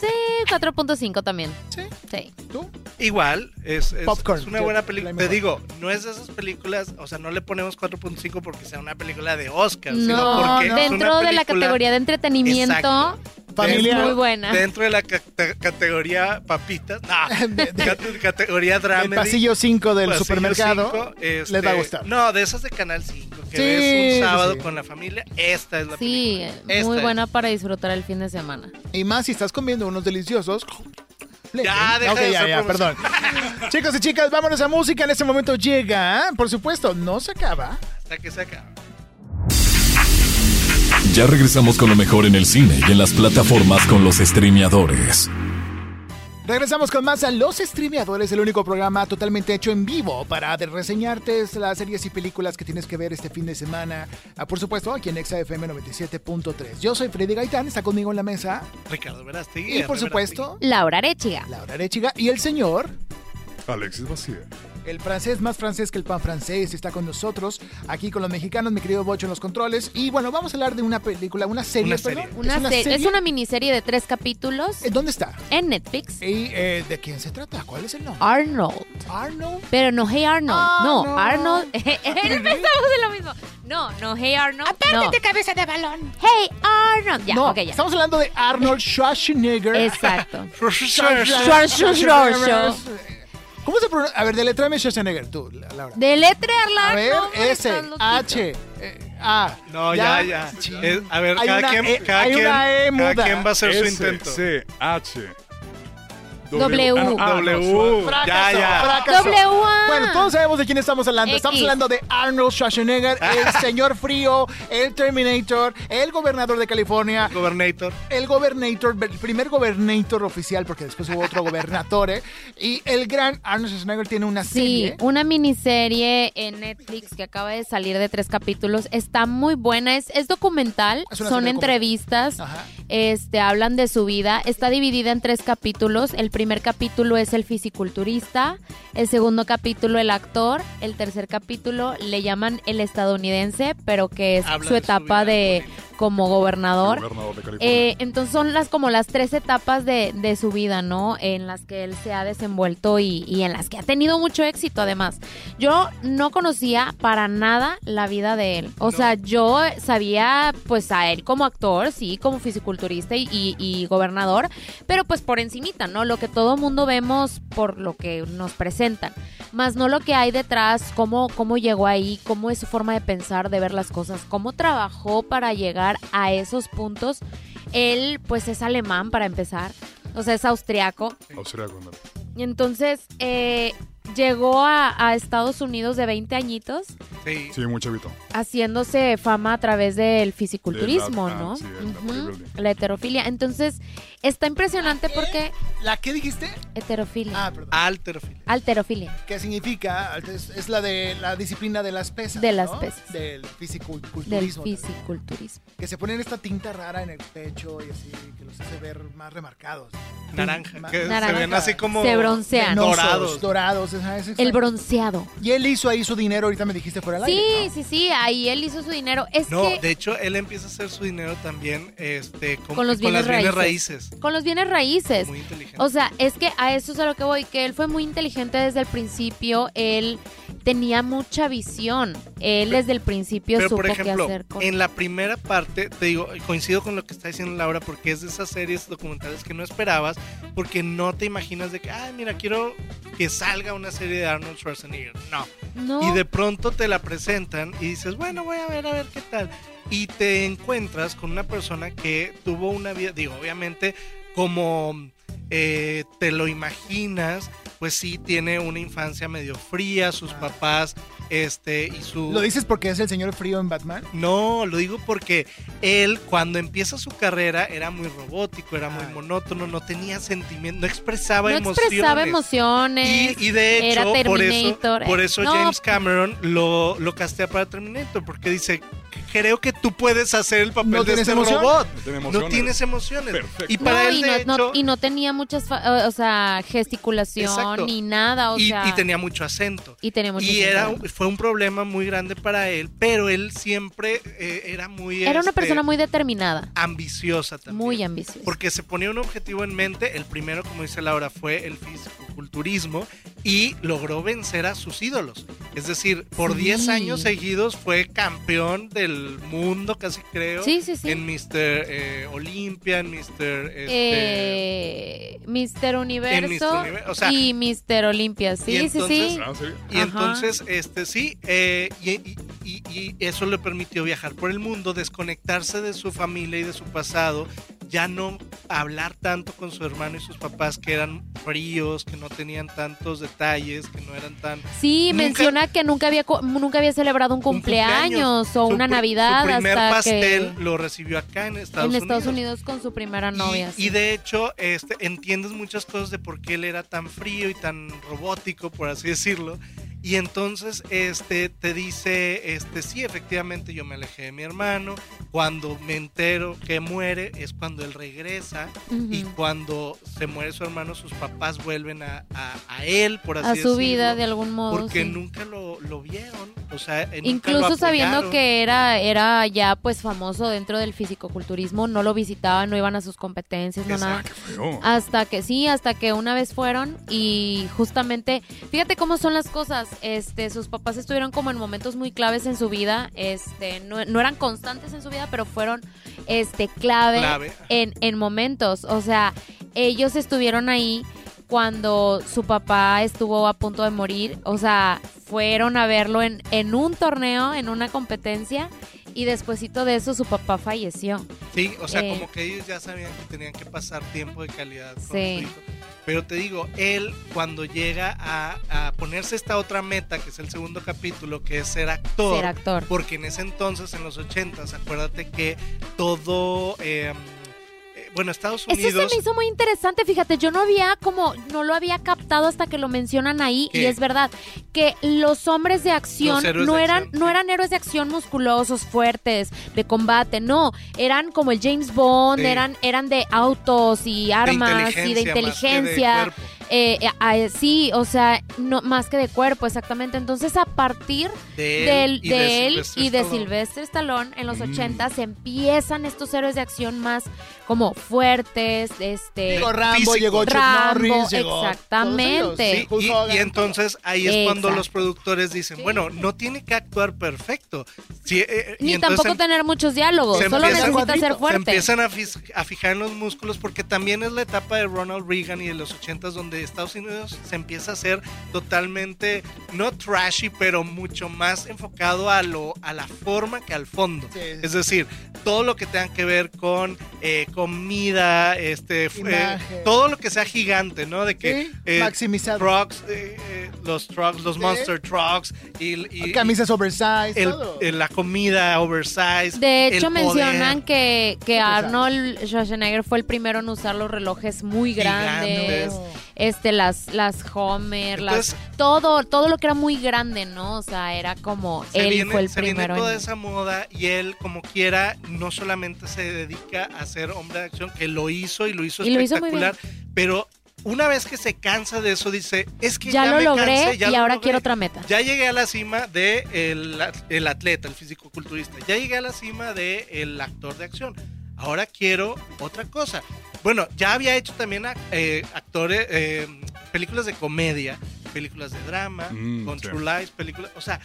Sí, 4.5 también. Sí. Sí. ¿Tú? Igual, es, es- Popcorn, es una yo- buena la película. Te mejor. digo, no es de esas películas, o sea, no le ponemos 4.5 porque sea una película de Oscar, sino No, porque es una dentro de la película- categoría de entretenimiento Exacto. Familia. es muy buena. Dentro de la cate- categoría papitas, no, De- de- cate- categoría del dramedy. pasillo 5 del pasillo supermercado. cinco, este, les va a gustar. No, de esas de Canal 5, que Sí, ves sí, un sábado sí. con la familia, esta es la Sí, película. Esta muy es. buena para disfrutar el fin de semana. Y más si estás comiendo unos deliciosos. Ya, deja Ok, de ya, hacer ya, perdón. promoción. Chicos y chicas, vámonos a música. En este momento llega, por supuesto, no se acaba. Hasta que se acaba. Ya regresamos con lo mejor en el cine y en las plataformas con los streameadores. Regresamos con más a Los Streameadores, el único programa totalmente hecho en vivo para de- reseñarte las series y películas que tienes que ver este fin de semana. Ah, Por supuesto, aquí en XFM 97.3. Yo soy Freddy Gaitán, está conmigo en la mesa. Ricardo Verástegui. Y por Ana supuesto, Laura Arechiga. Laura Arechiga y el señor eh, Alexis Bacier. El francés más francés que el pan francés está con nosotros, aquí con los mexicanos, mi querido Bocho en los controles. Y bueno, vamos a hablar de una película, una serie, Una serie. perdón. Una se- es una miniserie de tres capítulos Eh, ¿Dónde está? en Netflix. ¿Y eh, de quién se trata? ¿Cuál es el nombre? Arnold. Arnold. Pero no Hey Arnold. Arnold. No, Arnold. Empezamos de lo mismo. No, no Hey Arnold. no. Apártate, cabeza de balón. Hey Arnold. Ya, no, ok, ya. estamos hablando de Arnold Schwarzenegger. Exacto. Patricia. Schwarzenegger. Eh, ¿Cómo se pronuncia? A ver, deletréame Schwarzenegger, tú, Laura. Deletrearla. a ver, no, hombre, S, estás loquito. H, eh, A. No, ya, ya. Ching. Eh, a ver, Hay cada, una quien, E- cada, hay quien, una E cada muda. quien va a hacer su S, intento. C, H. W. ah, no, Ah, W. Fracaso, ya, ya. fracaso. W A. Bueno, todos sabemos de quién estamos hablando. Estamos X. hablando de Arnold Schwarzenegger, el señor frío, el Terminator, el gobernador de California, Gobernator. el gobernator, el primer gobernator oficial, porque después hubo otro gobernador, ¿eh? y el gran Arnold Schwarzenegger tiene una Sí, serie. una miniserie en Netflix que acaba de salir de tres capítulos. Está muy buena. Es, es documental. Es una Son serie Ah. entrevistas. Ajá. Este, hablan de su vida. Está dividida en tres capítulos. El primer capítulo es el fisiculturista. El segundo capítulo, el actor. El tercer capítulo le llaman el estadounidense, pero que es Habla su de su etapa vida de como gobernador. Gobernador de California. Eh, entonces son las como las tres etapas de, de su vida, ¿no? En las que él se ha desenvuelto y, y en las que ha tenido mucho éxito además. Yo no conocía para nada la vida de él. O No. sea, yo sabía pues a él como actor, sí, como fisiculturista y, y- y gobernador, pero pues por encimita, ¿no? Lo que todo mundo vemos por lo que nos presentan. Más no lo que hay detrás, cómo, cómo llegó ahí, cómo es su forma de pensar, de ver las cosas, cómo trabajó para llegar a esos puntos él, pues, es alemán para empezar. O sea, es austriaco. Austriaco, ¿no? Y entonces, eh, llegó a, a Estados Unidos de 20 añitos Sí. Sí, muy chavito. haciéndose fama a través del fisiculturismo, De la- ah, ¿no? sí, de la Ujú, bodybuilding. la heterofilia. Entonces, está impresionante porque ¿La qué dijiste? heterofilia, Ah, perdón. Alterfield. alterofilia. ¿Qué significa? Es, es la de la disciplina de las pesas. De las ¿no? pesas. Del fisiculturismo. Del también. fisiculturismo. Que se ponen esta tinta rara en el pecho y así, que los hace ver más remarcados. Naranja. Que Naranja. se ven así como. Se broncean. No. Venosos, Dorados. Dorados. ajá, es El exacto. bronceado. Y él hizo ahí su dinero, ahorita me dijiste fuera del aire, Sí, ¿no? sí, sí, ahí él hizo su dinero. Es No, que de hecho, él empieza a hacer su dinero también este, con, Con los con las bienes bienes raíces. con los bienes raíces. Muy inteligente. O sea, es que a eso es a lo que voy, que él fue muy inteligente desde el principio, él tenía mucha visión, él desde el principio Pero supo por ejemplo, qué hacer. con- en la primera parte, te digo, coincido con lo que está diciendo Laura, porque es de esas series documentales que no esperabas, porque no te imaginas de que, ay, mira, quiero que salga una serie de Arnold Schwarzenegger. No. No, Y de pronto te la presentan y dices, bueno, voy a ver, a ver qué tal. Y te encuentras con una persona que tuvo una vida, digo, obviamente, como eh, te lo imaginas, pues sí, tiene una infancia medio fría, sus papás, este, y su... ¿Lo dices porque es el señor frío en Batman? No, lo digo porque él cuando empieza su carrera era muy robótico, era muy Ay. monótono, no tenía sentimiento, no expresaba no emociones. expresaba emociones. Y, y de Era hecho, por eso, Terminator, eh. por eso No. James Cameron lo, lo castea para Terminator, porque dice, creo que tú puedes hacer el papel ¿No de tienes este emoción? robot. No tiene No emociones. tienes emociones. Perfecto. Y para No, él, y de no, no- hecho, y no tenía muchas, fa- o sea, gesticulación Exacto. ni nada, o y- sea, y tenía mucho acento. y tenía muchos Y era, problemas. fue un problema muy grande para él, pero él siempre eh, era muy... Era una este, persona muy determinada, ambiciosa también. muy ambiciosa. porque se ponía un objetivo en mente. El primero, como dice Laura, fue el fisicoculturismo y logró vencer a sus ídolos. Es decir, por Sí. 10 años seguidos fue campeón del mundo, casi creo. Sí, sí, sí. En Mr. eh, Olympia, en Mr. este, Eh, en Mister Mr. Universo Universo, o sea, y Mister Olimpia, sí, sí, entonces, sí. Ah, ¿en serio? Y Ajá. entonces, este sí, eh, y, y- y- y eso le permitió viajar por el mundo, desconectarse de su familia y de su pasado, ya no hablar tanto con su hermano y sus papás que eran fríos, que no tenían tantos detalles, que no eran tan... Sí, Nunca- menciona que nunca había co- nunca había celebrado un cumpleaños, Su o una pr- Navidad Su primer hasta pastel que lo recibió acá en Estados en Unidos. Estados Unidos. con su primera Y- novia. Y, sí. de hecho, este, entiendes muchas cosas de por qué él era tan frío y tan robótico, por así decirlo. Y entonces este, te dice, este, sí, efectivamente yo me alejé de mi hermano. Cuando me entero que muere es cuando él regresa. Ujú. Y cuando se muere su hermano, sus papás vuelven a, a- a él, por pues, así a decirlo. su vida de algún modo. Porque sí. nunca lo, lo vieron. O sea, eh, nunca lo Incluso sabiendo apoyaron. que era, era ya pues famoso dentro del fisicoculturismo, no lo visitaban, no iban a sus competencias, no nada. Ah, qué feo. Hasta que sí, hasta que una vez fueron y justamente, fíjate cómo son las cosas, este, sus papás estuvieron como en momentos muy claves en su vida, este, no, no eran constantes en su vida, pero fueron, este, clave, Clave. En, en momentos, o sea, ellos estuvieron ahí cuando su papá estuvo a punto de morir, o sea, fueron a verlo en, en un torneo, en una competencia, y despuesito de eso su papá falleció. Sí, o sea, Eh. como que ellos ya sabían que tenían que pasar tiempo de calidad con Sí. su hijo. Pero te digo, él cuando llega a, a ponerse esta otra meta, que es el segundo capítulo, que es ser actor, Ser actor. porque en ese entonces, en los 80s, acuérdate que todo, eh, eh, bueno, Estados Eso Unidos... se me hizo muy interesante, fíjate, yo no había como, no lo había captado hasta que lo mencionan ahí, y ¿Qué? es verdad, que los hombres de acción Los héroes no de eran, acción, no sí. eran héroes de acción musculosos, fuertes, de combate, no, eran como el James Bond, Sí. eran, eran de autos y de armas y de más que de inteligencia, cuerpo. eh, eh, ah, sí, o sea, no, más que de cuerpo, exactamente, entonces a partir de él del, y de él Sylvester y de Stallone. Sylvester Stallone en los Mm. 80 se empiezan estos héroes de acción más como fuertes, este Llegó Rambo, físico. llegó Chuck Rambo, Norris, llegó... exactamente. Sí, todos ellos. y, Hulk Hogan. y entonces ahí es cuando los Exacto. productores dicen, Sí. bueno, no tiene que actuar perfecto. Sí, eh, eh, y ni entonces tampoco tener muchos diálogos, se solo empiezan- necesita ser se se fuerte. empiezan a, fis- a fijar en los músculos porque también es la etapa de Ronald Reagan y de los 80s donde Estados Unidos se empieza a ser totalmente no trashy, pero mucho más enfocado a, lo, a la forma que al fondo. Sí, sí. Es decir, todo lo que tenga que ver con eh, comida, este, f- eh, Imagen. todo lo que sea gigante, ¿no? De que Sí, eh, maximizado. trucks, eh, eh, los trucks, los Sí. monster trucks y, y- Camisas oversize, el- todo. eh, la comida oversized. De el hecho, poder mencionan que, que sabes. Arnold Schwarzenegger fue el primero en usar los relojes muy Gigantes. grandes. Este, las, las Homer, Entonces- las. Todo, todo lo que era muy grande, ¿no? O sea, era como Se él viene, fue el se primero viene toda en. esa moda y él, como quiera, no solamente se dedica a ser hombre de acción, que lo hizo y lo hizo Y lo hizo muy espectacular, pero una vez que se cansa de eso, dice, es que ya, Ya, lo me logré cansé, ya y lo ahora logré. quiero otra meta. Ya llegué a la cima de el, at- el atleta, el fisicoculturista. Ya llegué a la cima de el actor de acción. Ahora quiero otra cosa. Bueno, ya había hecho también ac- eh, actores, eh, películas de comedia, películas de drama, Mm, con sí. True Lies, películas, o sea,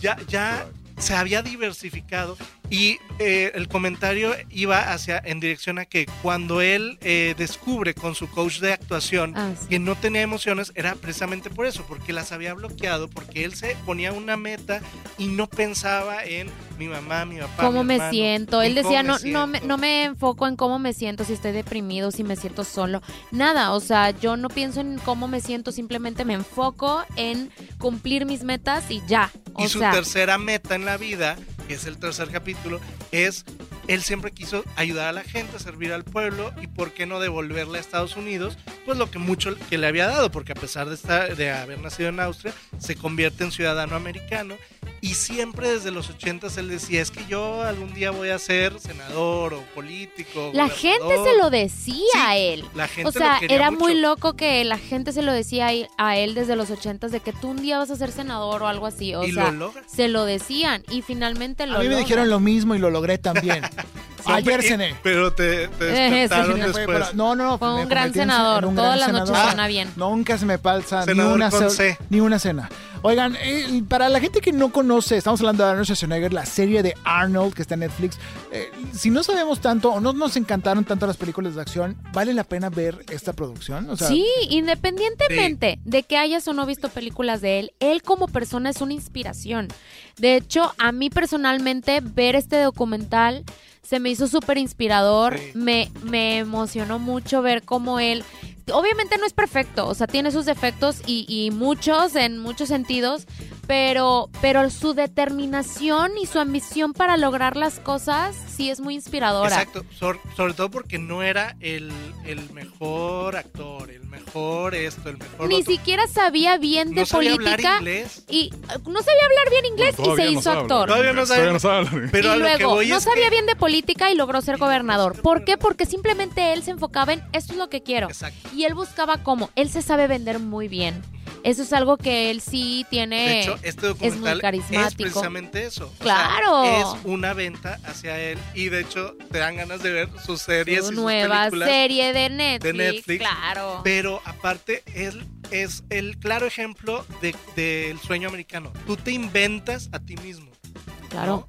ya, ya True se había diversificado y eh, el comentario iba hacia en dirección a que cuando él eh, descubre con su coach de actuación Ah, sí. que no tenía emociones era precisamente por eso, porque las había bloqueado, porque él se ponía una meta y no pensaba en mi mamá, mi papá. ¿Cómo mi me hermano, siento? Él en cómo decía, me no, no, me, siento". no me enfoco en cómo me siento, si estoy deprimido, si me siento solo, nada, o sea, yo no pienso en cómo me siento, simplemente me enfoco en cumplir mis metas y ya, o Y su sea, tercera meta en la vida, que es el tercer capítulo, es él siempre quiso ayudar a la gente, servir al pueblo y por qué no devolverle a Estados Unidos, pues lo que mucho que le había dado, porque a pesar de, estar, de haber nacido en Austria, se convierte en ciudadano americano y siempre desde los 80 él decía, es que yo algún día voy a ser senador o político. la gente gobernador". se lo decía Sí, a él. La gente O sea, lo quería era mucho. muy loco que la gente se lo decía a él- a él desde los ochentas de que tú un día vas a ser senador o algo así, o y sea, lo logra. se lo decían y finalmente lo A mí me logra. dijeron lo mismo y lo logré también. Ayer Pero- cené. Pero te, te Eh, despertaron sí, Fue después. para- No, no, no. Fue me un gran convertí en- senador, en un todas gran las noches senador. Ah, suena bien. Nunca se me pasa ni Senador una, con ce- C. ni una cena. Oigan, eh, para la gente que no conoce, estamos hablando de Arnold Schwarzenegger, la serie de Arnold que está en Netflix. Eh, si no sabemos tanto o no nos encantaron tanto las películas de acción, ¿vale la pena ver esta producción? O sea, sí, independientemente de que hayas o no visto películas de él, él como persona es una inspiración. De hecho, a mí personalmente ver este documental se me hizo súper inspirador, Sí. me, me emocionó mucho ver cómo él... Obviamente no es perfecto, o sea, tiene sus defectos y, y muchos en muchos sentidos, pero, pero su determinación y su ambición para lograr las cosas sí es muy inspiradora. Exacto, sor- sobre todo porque no era el, el mejor actor, el mejor esto, el mejor Ni lo otro. siquiera sabía bien de no sabía hablar política. inglés. y eh, no sabía hablar bien inglés No, todavía y se no hizo sabe hablar. actor. Todavía no sabe. sabe. Pero a y lo que luego voy no es que- sabía bien de política y logró ser Y logró gobernador. ser ¿Por qué? gobernador. Porque simplemente él se enfocaba en esto es lo que quiero. Exacto. Y él buscaba cómo. Él se sabe vender muy bien. Eso es algo que él sí tiene. De hecho, este documental es, Eh, carismático. precisamente eso. O sea, Claro. es una venta hacia él y de hecho te dan ganas de ver sus series su y sus nueva películas. serie de Netflix, Netflix. Claro. Pero aparte, él es el claro ejemplo de- del sueño americano. Tú te inventas a ti mismo. claro.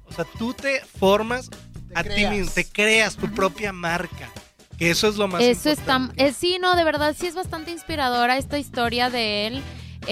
¿no? O sea, tú te formas Te a ti creas. mismo, te creas tu propia marca. Que eso es lo más Eso está, importante. eh, sí, no, de verdad sí es bastante inspiradora esta historia de él.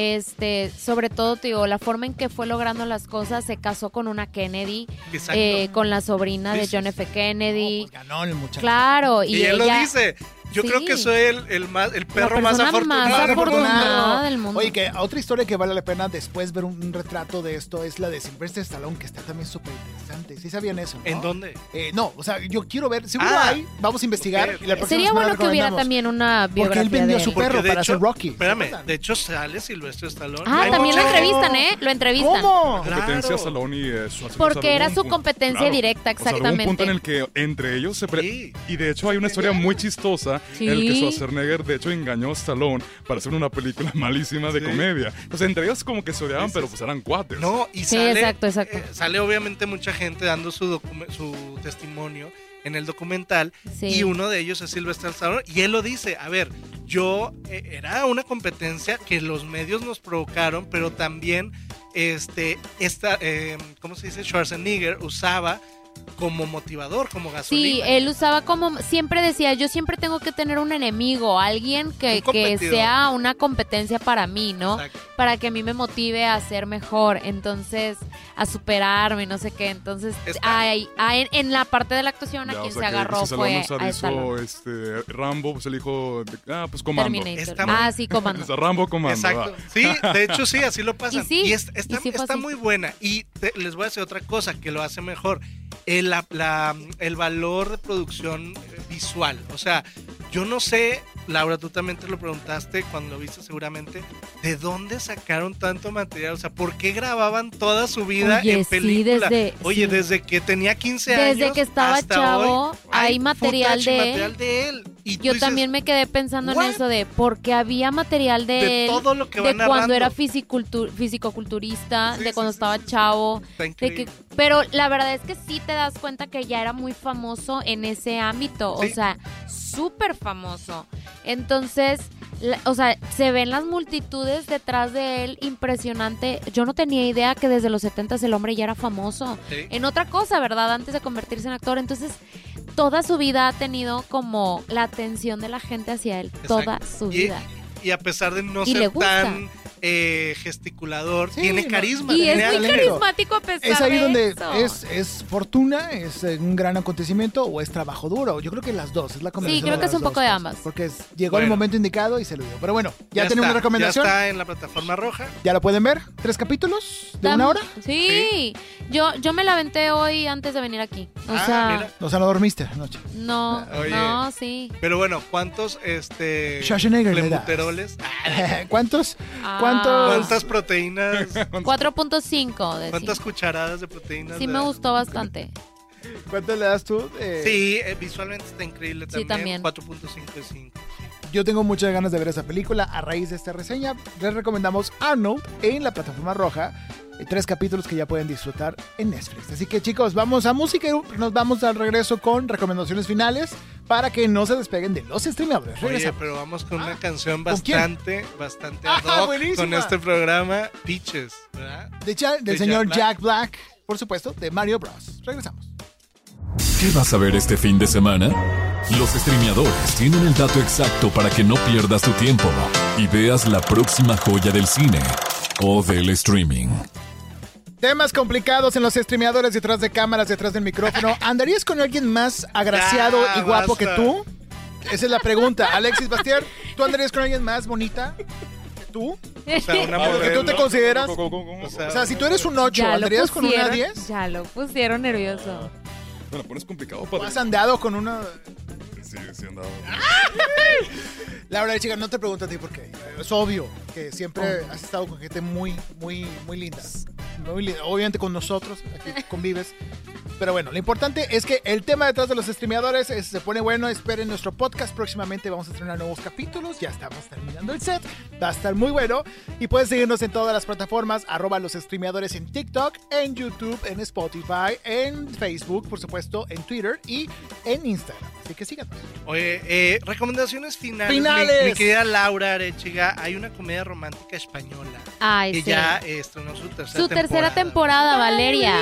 Este, sobre todo, te digo, la forma en que fue logrando las cosas, se casó con una Kennedy, Exacto. eh, con la sobrina Sí, de sí, John F. no, Kennedy. pues ganó el muchacho. claro, y, y, él ella, lo dice. Yo creo que Sí. soy el, el más, el la perro persona más afortunado. más del mundo. afortunada del mundo. Oye, que otra historia que vale la pena después ver un, un retrato de esto es la de Sylvester Stallone, que está también súper interesante. Sí sabían eso, ¿no? ¿En dónde? Eh, no, o sea, yo quiero ver, seguro Ah. hay, vamos a investigar. Ok, y la ok. próxima Sería semana bueno que hubiera recomendamos. también una biografía vendió de su él. perro Porque de para hecho- ser Rocky. Espérame, ¿Se de hecho sale Silvestre Stallone. Ah, Hay también lo mucho- entrevistan, ¿eh? Lo entrevistan. ¿Cómo? Claro. competencia Stallone y eh, Schwarzenegger. Porque era Algún su punto- competencia directa, O sea, algún punto exactamente. en el que entre ellos se... pre- Sí. Y de hecho hay una historia muy chistosa Sí. en el que Schwarzenegger de hecho engañó a Stallone para hacer una película malísima de Sí. comedia. Entonces entre ellos como que se odiaban, pero pues eran cuates. No, y Sí, sale, exacto, exacto. eh, sale obviamente mucha gente dando su, docu- su testimonio en el documental. Sí. Y uno de ellos es Silvestre Stallone. Y él lo dice, a ver, yo eh, era una competencia que los medios nos provocaron, pero también este, esta, eh, ¿cómo se dice? Schwarzenegger usaba como motivador, como Sí, eh, gasolina. él usaba como, siempre decía, yo siempre tengo que tener un enemigo, alguien que, Un que competidor. sea una competencia para mí, ¿no? Exacto. Para que a mí me motive a ser mejor, entonces, a superarme, no sé qué. Entonces, Está- ay, ay, en, en la parte de la actuación a Ya, quien o sea, se que agarró si fue Salvador a Nozar esa hizo este, Rambo, pues él dijo, de- ah, pues comando. Terminator. Está- Ah, sí, comando. O sea, Rambo comando. Exacto. va. Sí, de hecho sí, así lo pasan. Y sí, es- está, y sí fue está así. muy buena. Y te- les voy a decir otra cosa que lo hace mejor. El, la- la- el valor de producción eh, visual. O sea, yo no sé, Laura, tú también te lo preguntaste cuando lo viste seguramente, ¿de dónde sacaron tanto material? O sea, ¿por qué grababan toda su vida Oye, en sí, película? desde- Oye, sí. desde que tenía 15 años Desde que estaba hasta chavo, hoy, hay footage material y de él. material de él. Y tú Yo dices, también me quedé pensando "What?". en eso de porque había material de, De él, todo lo que va de cuando narrando. era fisicultu- fisicoculturista, Sí, de sí, cuando sí, estaba sí, sí. chavo, Está de que, increíble. pero la verdad es que sí te das cuenta que ya era muy famoso en ese ámbito, Sí. o sea, súper famoso. Entonces, la- o sea, se ven las multitudes detrás de él, impresionante. Yo no tenía idea que desde los 70 el hombre ya era famoso Sí. en otra cosa, ¿verdad? Antes de convertirse en actor. Entonces, toda su vida ha tenido como la atención de la gente hacia él, toda su Y- vida. Y, a pesar de no Y le ser gusta. tan eh, gesticulador, Sí, tiene no, carisma. Y tiene es muy algo. carismático a pesar Es ahí de donde eso. es, es fortuna, es eh, un gran acontecimiento o es trabajo duro. Yo creo que las dos, es la combinación. creo de que es las un poco dos de cosas, ambas. Porque es- llegó el Bueno. momento indicado y se lo dio. Pero bueno, ya, está, tenemos una recomendación. Ya Ya, está en la plataforma roja. lo pueden ver. Tres capítulos de Tam- una hora. Sí. Yo, yo me la aventé hoy antes de venir aquí. O Ah, sea, mira. O sea, no dormiste anoche. no, Oye. no, sí. Pero bueno, ¿cuántos este Schwarzenegger le das. clenbuteroles? ¿Cuántos? Ah, ¿Cuántos? ¿Cuántas proteínas? 4.5 de ¿Cuántas Pues sí. cucharadas de proteínas? Sí le me das? gustó bastante. ¿Cuánto le das tú? Eh, Sí, eh, visualmente está increíble Sí, también. también. 4.5 de 5. Yo tengo muchas ganas de ver esa película. A raíz de esta reseña, les recomendamos Arnold en la plataforma roja. eh, Tres capítulos que ya pueden disfrutar en Netflix. Así que chicos, vamos a música y nos vamos al regreso con recomendaciones finales para que no se despeguen de los streamadores. Oye, Regresamos. pero vamos con una canción Ah. ¿con quién? bastante, bastante Ah, ad hoc buenísima. con este programa, Peaches, ¿verdad? De Cha- del de señor Jack Jack Black. por supuesto, de Mario Bros. Regresamos. ¿Qué vas a ver este fin de semana? Los streameadores tienen el dato exacto para que no pierdas tu tiempo y veas la próxima joya del cine o del streaming. Temas complicados en los streameadores detrás de cámaras, detrás del micrófono. ¿Andarías con alguien más agraciado Ya, y guapo basta. que tú? Esa es la pregunta. Alexis Bastier, ¿tú andarías con alguien más bonita que tú? O sea, una Ah, porque tú modelo. te consideras- ¿Cómo, cómo, cómo, cómo? O sea, O sea, si tú eres un 8, Ya lo ¿andarías con una pusieron, 10? ya lo pusieron nervioso. Bueno, pero es complicado ¿O para has andado con una...? Sí, sí, andaba. Laura, chica, no te pregunto a ti porque eh, es obvio que siempre has estado con gente muy, muy, muy linda. Muy linda. Obviamente con nosotros, aquí convives. Pero bueno, lo importante es que el tema detrás de los streameadores es- se pone bueno. Esperen nuestro podcast. Próximamente vamos a estrenar nuevos capítulos. Ya estamos terminando el set. Va a estar muy bueno. Y puedes seguirnos en todas las plataformas. Arroba los streameadores en TikTok, en YouTube, en Spotify, en Facebook, por supuesto, en Twitter y en Instagram. Así que síganos. Oye, eh, recomendaciones finales. ¡Finales! Mi, mi querida Laura Arechiga, hay una comedia romántica española Ay, que sí. ya eh, estrenó su tercera Su tercera temporada, Valeria.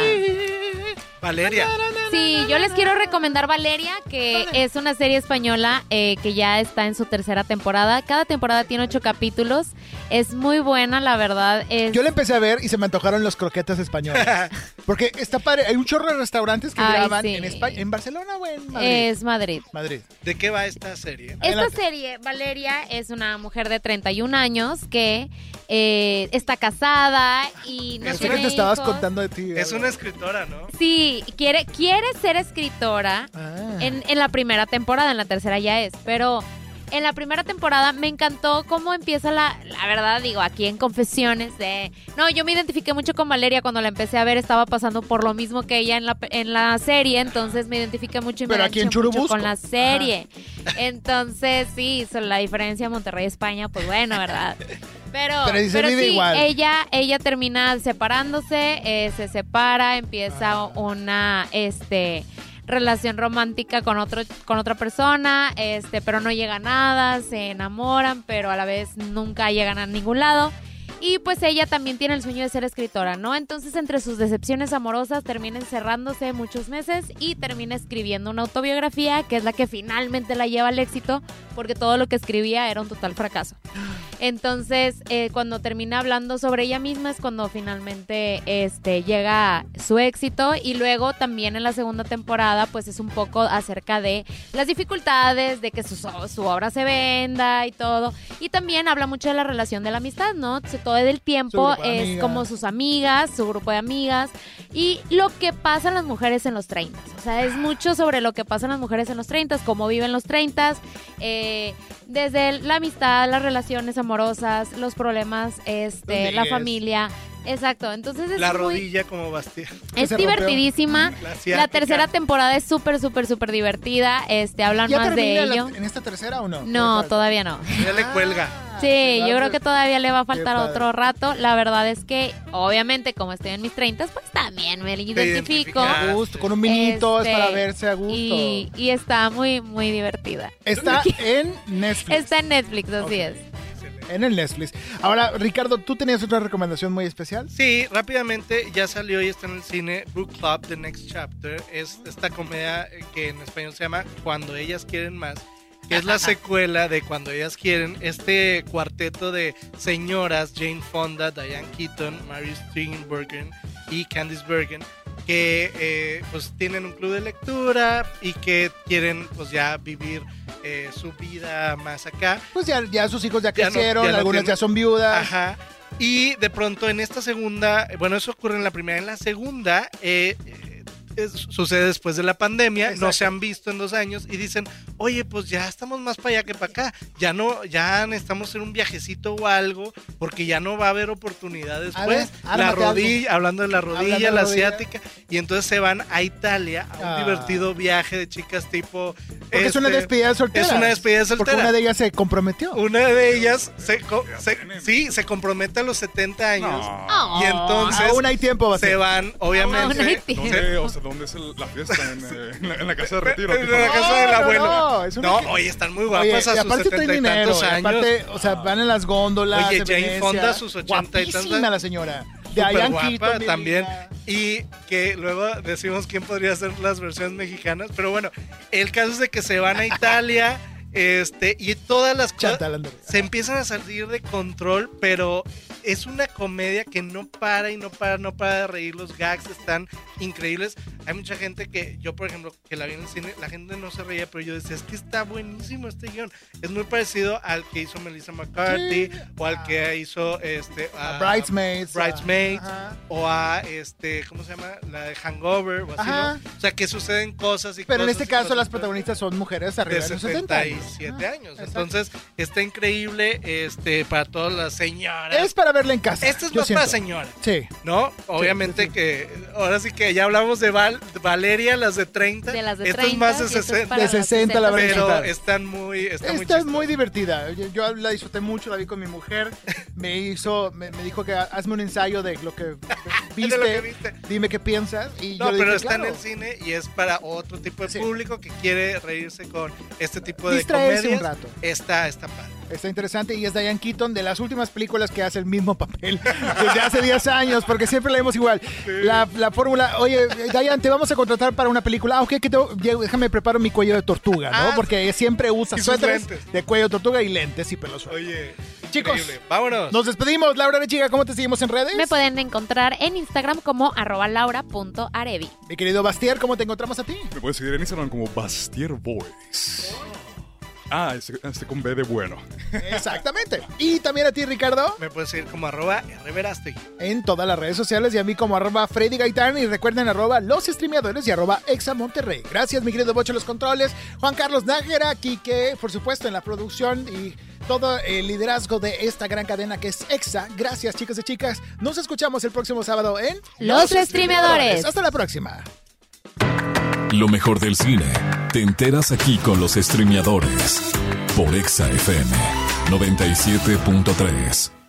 Valeria, Sí, yo les quiero recomendar Valeria, que es una serie española eh, que ya está en su tercera temporada. Cada temporada tiene ocho capítulos. Es muy buena, la verdad. Es... Yo la empecé a ver y se me antojaron los croquetas españolas. Porque está padre. Hay un chorro de restaurantes que Ay, graban sí. en España, en Barcelona o en Madrid. Es Madrid. Madrid. ¿de qué va esta serie? Esta Adelante. serie, Valeria, es una mujer de 31 años que eh, está casada y no Es Pensé que tiene te estabas hijos. contando de ti. Es algo. una escritora, ¿no? Sí, quiere, quiere ser escritora. Ah. en, en la primera temporada, en la tercera ya es, pero en la primera temporada me encantó cómo empieza la, la verdad, digo, aquí en confesiones de... No, yo me identifiqué mucho con Valeria cuando la empecé a ver, estaba pasando por lo mismo que ella en la, en la serie, entonces me identifiqué mucho y me Pero aquí en enganché mucho Churubusco. con la serie. Entonces, sí, so- la diferencia Monterrey-España, pues bueno, ¿verdad? Pero, Pero sí se vive sí, igual. ella, ella termina separándose, eh, se separa, empieza Ah. una, este relación romántica con otro con otra persona, este, pero no llega a nada, se enamoran, pero a la vez nunca llegan a ningún lado Y pues ella también tiene el sueño de ser escritora, ¿no? Entonces entre sus decepciones amorosas termina encerrándose muchos meses y termina escribiendo una autobiografía que es la que finalmente la lleva al éxito porque todo lo que escribía era un total fracaso. Entonces eh, cuando termina hablando sobre ella misma es cuando finalmente este, llega su éxito y luego también en la segunda temporada pues es un poco acerca de las dificultades de que su, su obra se venda y todo. Y también habla mucho de la relación de la amistad, ¿no? Se- Todo el tiempo Su grupo de es amigas. como sus amigas, su grupo de amigas y lo que pasa en las mujeres en los 30. O sea, es mucho sobre lo que pasa en las mujeres en los 30, cómo viven los 30, eh, desde el- la amistad, las relaciones amorosas, los problemas, este, Los la ligues. familia. Exacto, entonces es, La muy- rodilla como Bastia. es se rompió. divertidísima. La La asiática. tercera temporada es súper, súper, súper divertida. Este, hablan ¿Ya más de termina la- ello. en esta tercera o no? Ah, No, Todavía todavía no. Ya le cuelga. Sí, yo creo que todavía le va a faltar padre. otro rato. La verdad es que, obviamente, como estoy en mis 30, pues también me identifico. identificas. A gusto, con un vinito es Este, para verse a gusto. Y, y está muy, muy divertida. Está en Netflix. Está en Netflix, así Ok. es. En el Netflix. Ahora, Ricardo, ¿tú tenías otra recomendación muy especial? Sí, rápidamente ya salió y está en el cine Book Club The Next Chapter. Es esta comedia eh, que en español se llama Cuando ellas quieren más. Que es la secuela de Cuando ellas quieren. Este cuarteto de señoras Jane Fonda, Diane Keaton, Mary Stringbergen y Candice Bergen que eh, pues tienen un club de lectura y que quieren pues ya vivir eh, su vida más acá. Pues ya, ya sus hijos ya Ya no- crecieron, ya no algunas tienen- ya son viudas. Ajá. Y de pronto en esta segunda, bueno, eso ocurre en la primera, en la segunda eh, eh, es- sucede después de la pandemia, no se han visto en dos años y dicen, oye, pues ya estamos más para allá que para acá, ya no, ya necesitamos hacer un viajecito o algo, porque ya no va a haber oportunidades. A Pues ver, la ármate rodilla, hablando de la rodilla, Hablando de la rodilla. asiática, y entonces se van a Italia a un Ah. divertido viaje de chicas tipo... Porque es una este, despedida de soltera. es una despedida Porque soltera. una de ellas se comprometió. Una de ellas se, co- Ya se- tienen. sí, se compromete a los 70 años. Ah, No. Y entonces Aún hay tiempo, Ah, va a se ser. Ah, van, Aún hay obviamente. tiempo. ¿Dónde, o sea, ¿dónde es el- la fiesta? En, eh, en la, en la casa de retiro. En tipo, la ¿no? casa del No, no, abuelo. no, es una No, que- oye, están muy Oye, guapas y a sus aparte trae setenta y dinero, tantos y años. aparte, o sea, van en las góndolas. Oye, de Jane Venecia. Fonda, sus ochenta y tantos. Guapísima la señora. De Súper Diane guapa Keaton, mi también. vida. Y que luego decimos quién podría ser las versiones mexicanas. Pero bueno, el caso es de que se van a Italia. Este, y todas las cosas Chantal Andere. se empiezan a salir de control, pero es una comedia que no para y no para, no para de reír. Los gags están increíbles. Hay mucha gente que yo, por ejemplo, que la vi en el cine, la gente no se reía, pero yo decía, es que está buenísimo este guión. Es muy parecido al que hizo Melissa McCarthy o al que hizo este, A a- Bridesmaids. a- Bridesmaids. ajá. o a este, ¿cómo se llama? La de Hangover o así, Ajá. ¿no? O sea, que suceden cosas y Pero en cosas este y caso cosas, las entonces, protagonistas son mujeres de arriba de los 70 años. 77 Ajá. años. exacto. Entonces, está increíble este para todas las señoras. Es para verla en casa. Esto es yo más para siento. señora, Sí. ¿no? Obviamente que ahora sí que ya hablamos de Val- Valeria, las de 30. De las de Esto 30. es más de y esto es 60. para De las 60 la van a Pero disfrutar. están muy. Está muy Esta es chistoso. muy divertida. Yo, yo la disfruté mucho, la vi con mi mujer. Me hizo, me, me dijo que ha- hazme un ensayo de lo que De viste, lo que viste. dime qué piensas. Y No, yo le pero dije, está en "Claro". el cine y es para otro tipo de Sí. público que quiere reírse con este tipo de Distraerse un comedias. rato. Está, está padre. Está interesante y es Diane Keaton de las últimas películas que hace el mismo papel desde hace 10 años, porque siempre la vemos igual. La, la fórmula, oye, Diane, te vamos a contratar para una película. Ah, ok, que tengo- ya, déjame preparo mi cuello de tortuga, ¿no? Ah, Porque siempre usa y sus suéteres lentes. de cuello de tortuga y lentes y pelos. sueltos. Oye, Chicos, increíble. vámonos. Nos despedimos, Laura Arechiga, ¿cómo te seguimos en redes? Me pueden encontrar en Instagram como arroba laura.arevi. Mi querido Bastier, ¿cómo te encontramos a ti? Me puedes seguir en Instagram como Bastier Boys. Ah, este, este con B de bueno. Exactamente. Y también a ti, Ricardo, Me puedes seguir como arroba rverastegui. en todas las redes sociales y a mí como arroba Freddy Gaitán y recuerden arroba los streameadores y arroba Exa Monterrey. Gracias, mi querido Bocho en los controles, Juan Carlos Nájera, Quique, por supuesto, en la producción y todo el liderazgo de esta gran cadena que es Exa. Gracias, chicos y chicas. Nos escuchamos el próximo sábado en Los Streameadores. Hasta la próxima. Lo mejor del cine. Te enteras aquí con los streameadores. Por Exa FM 97.3.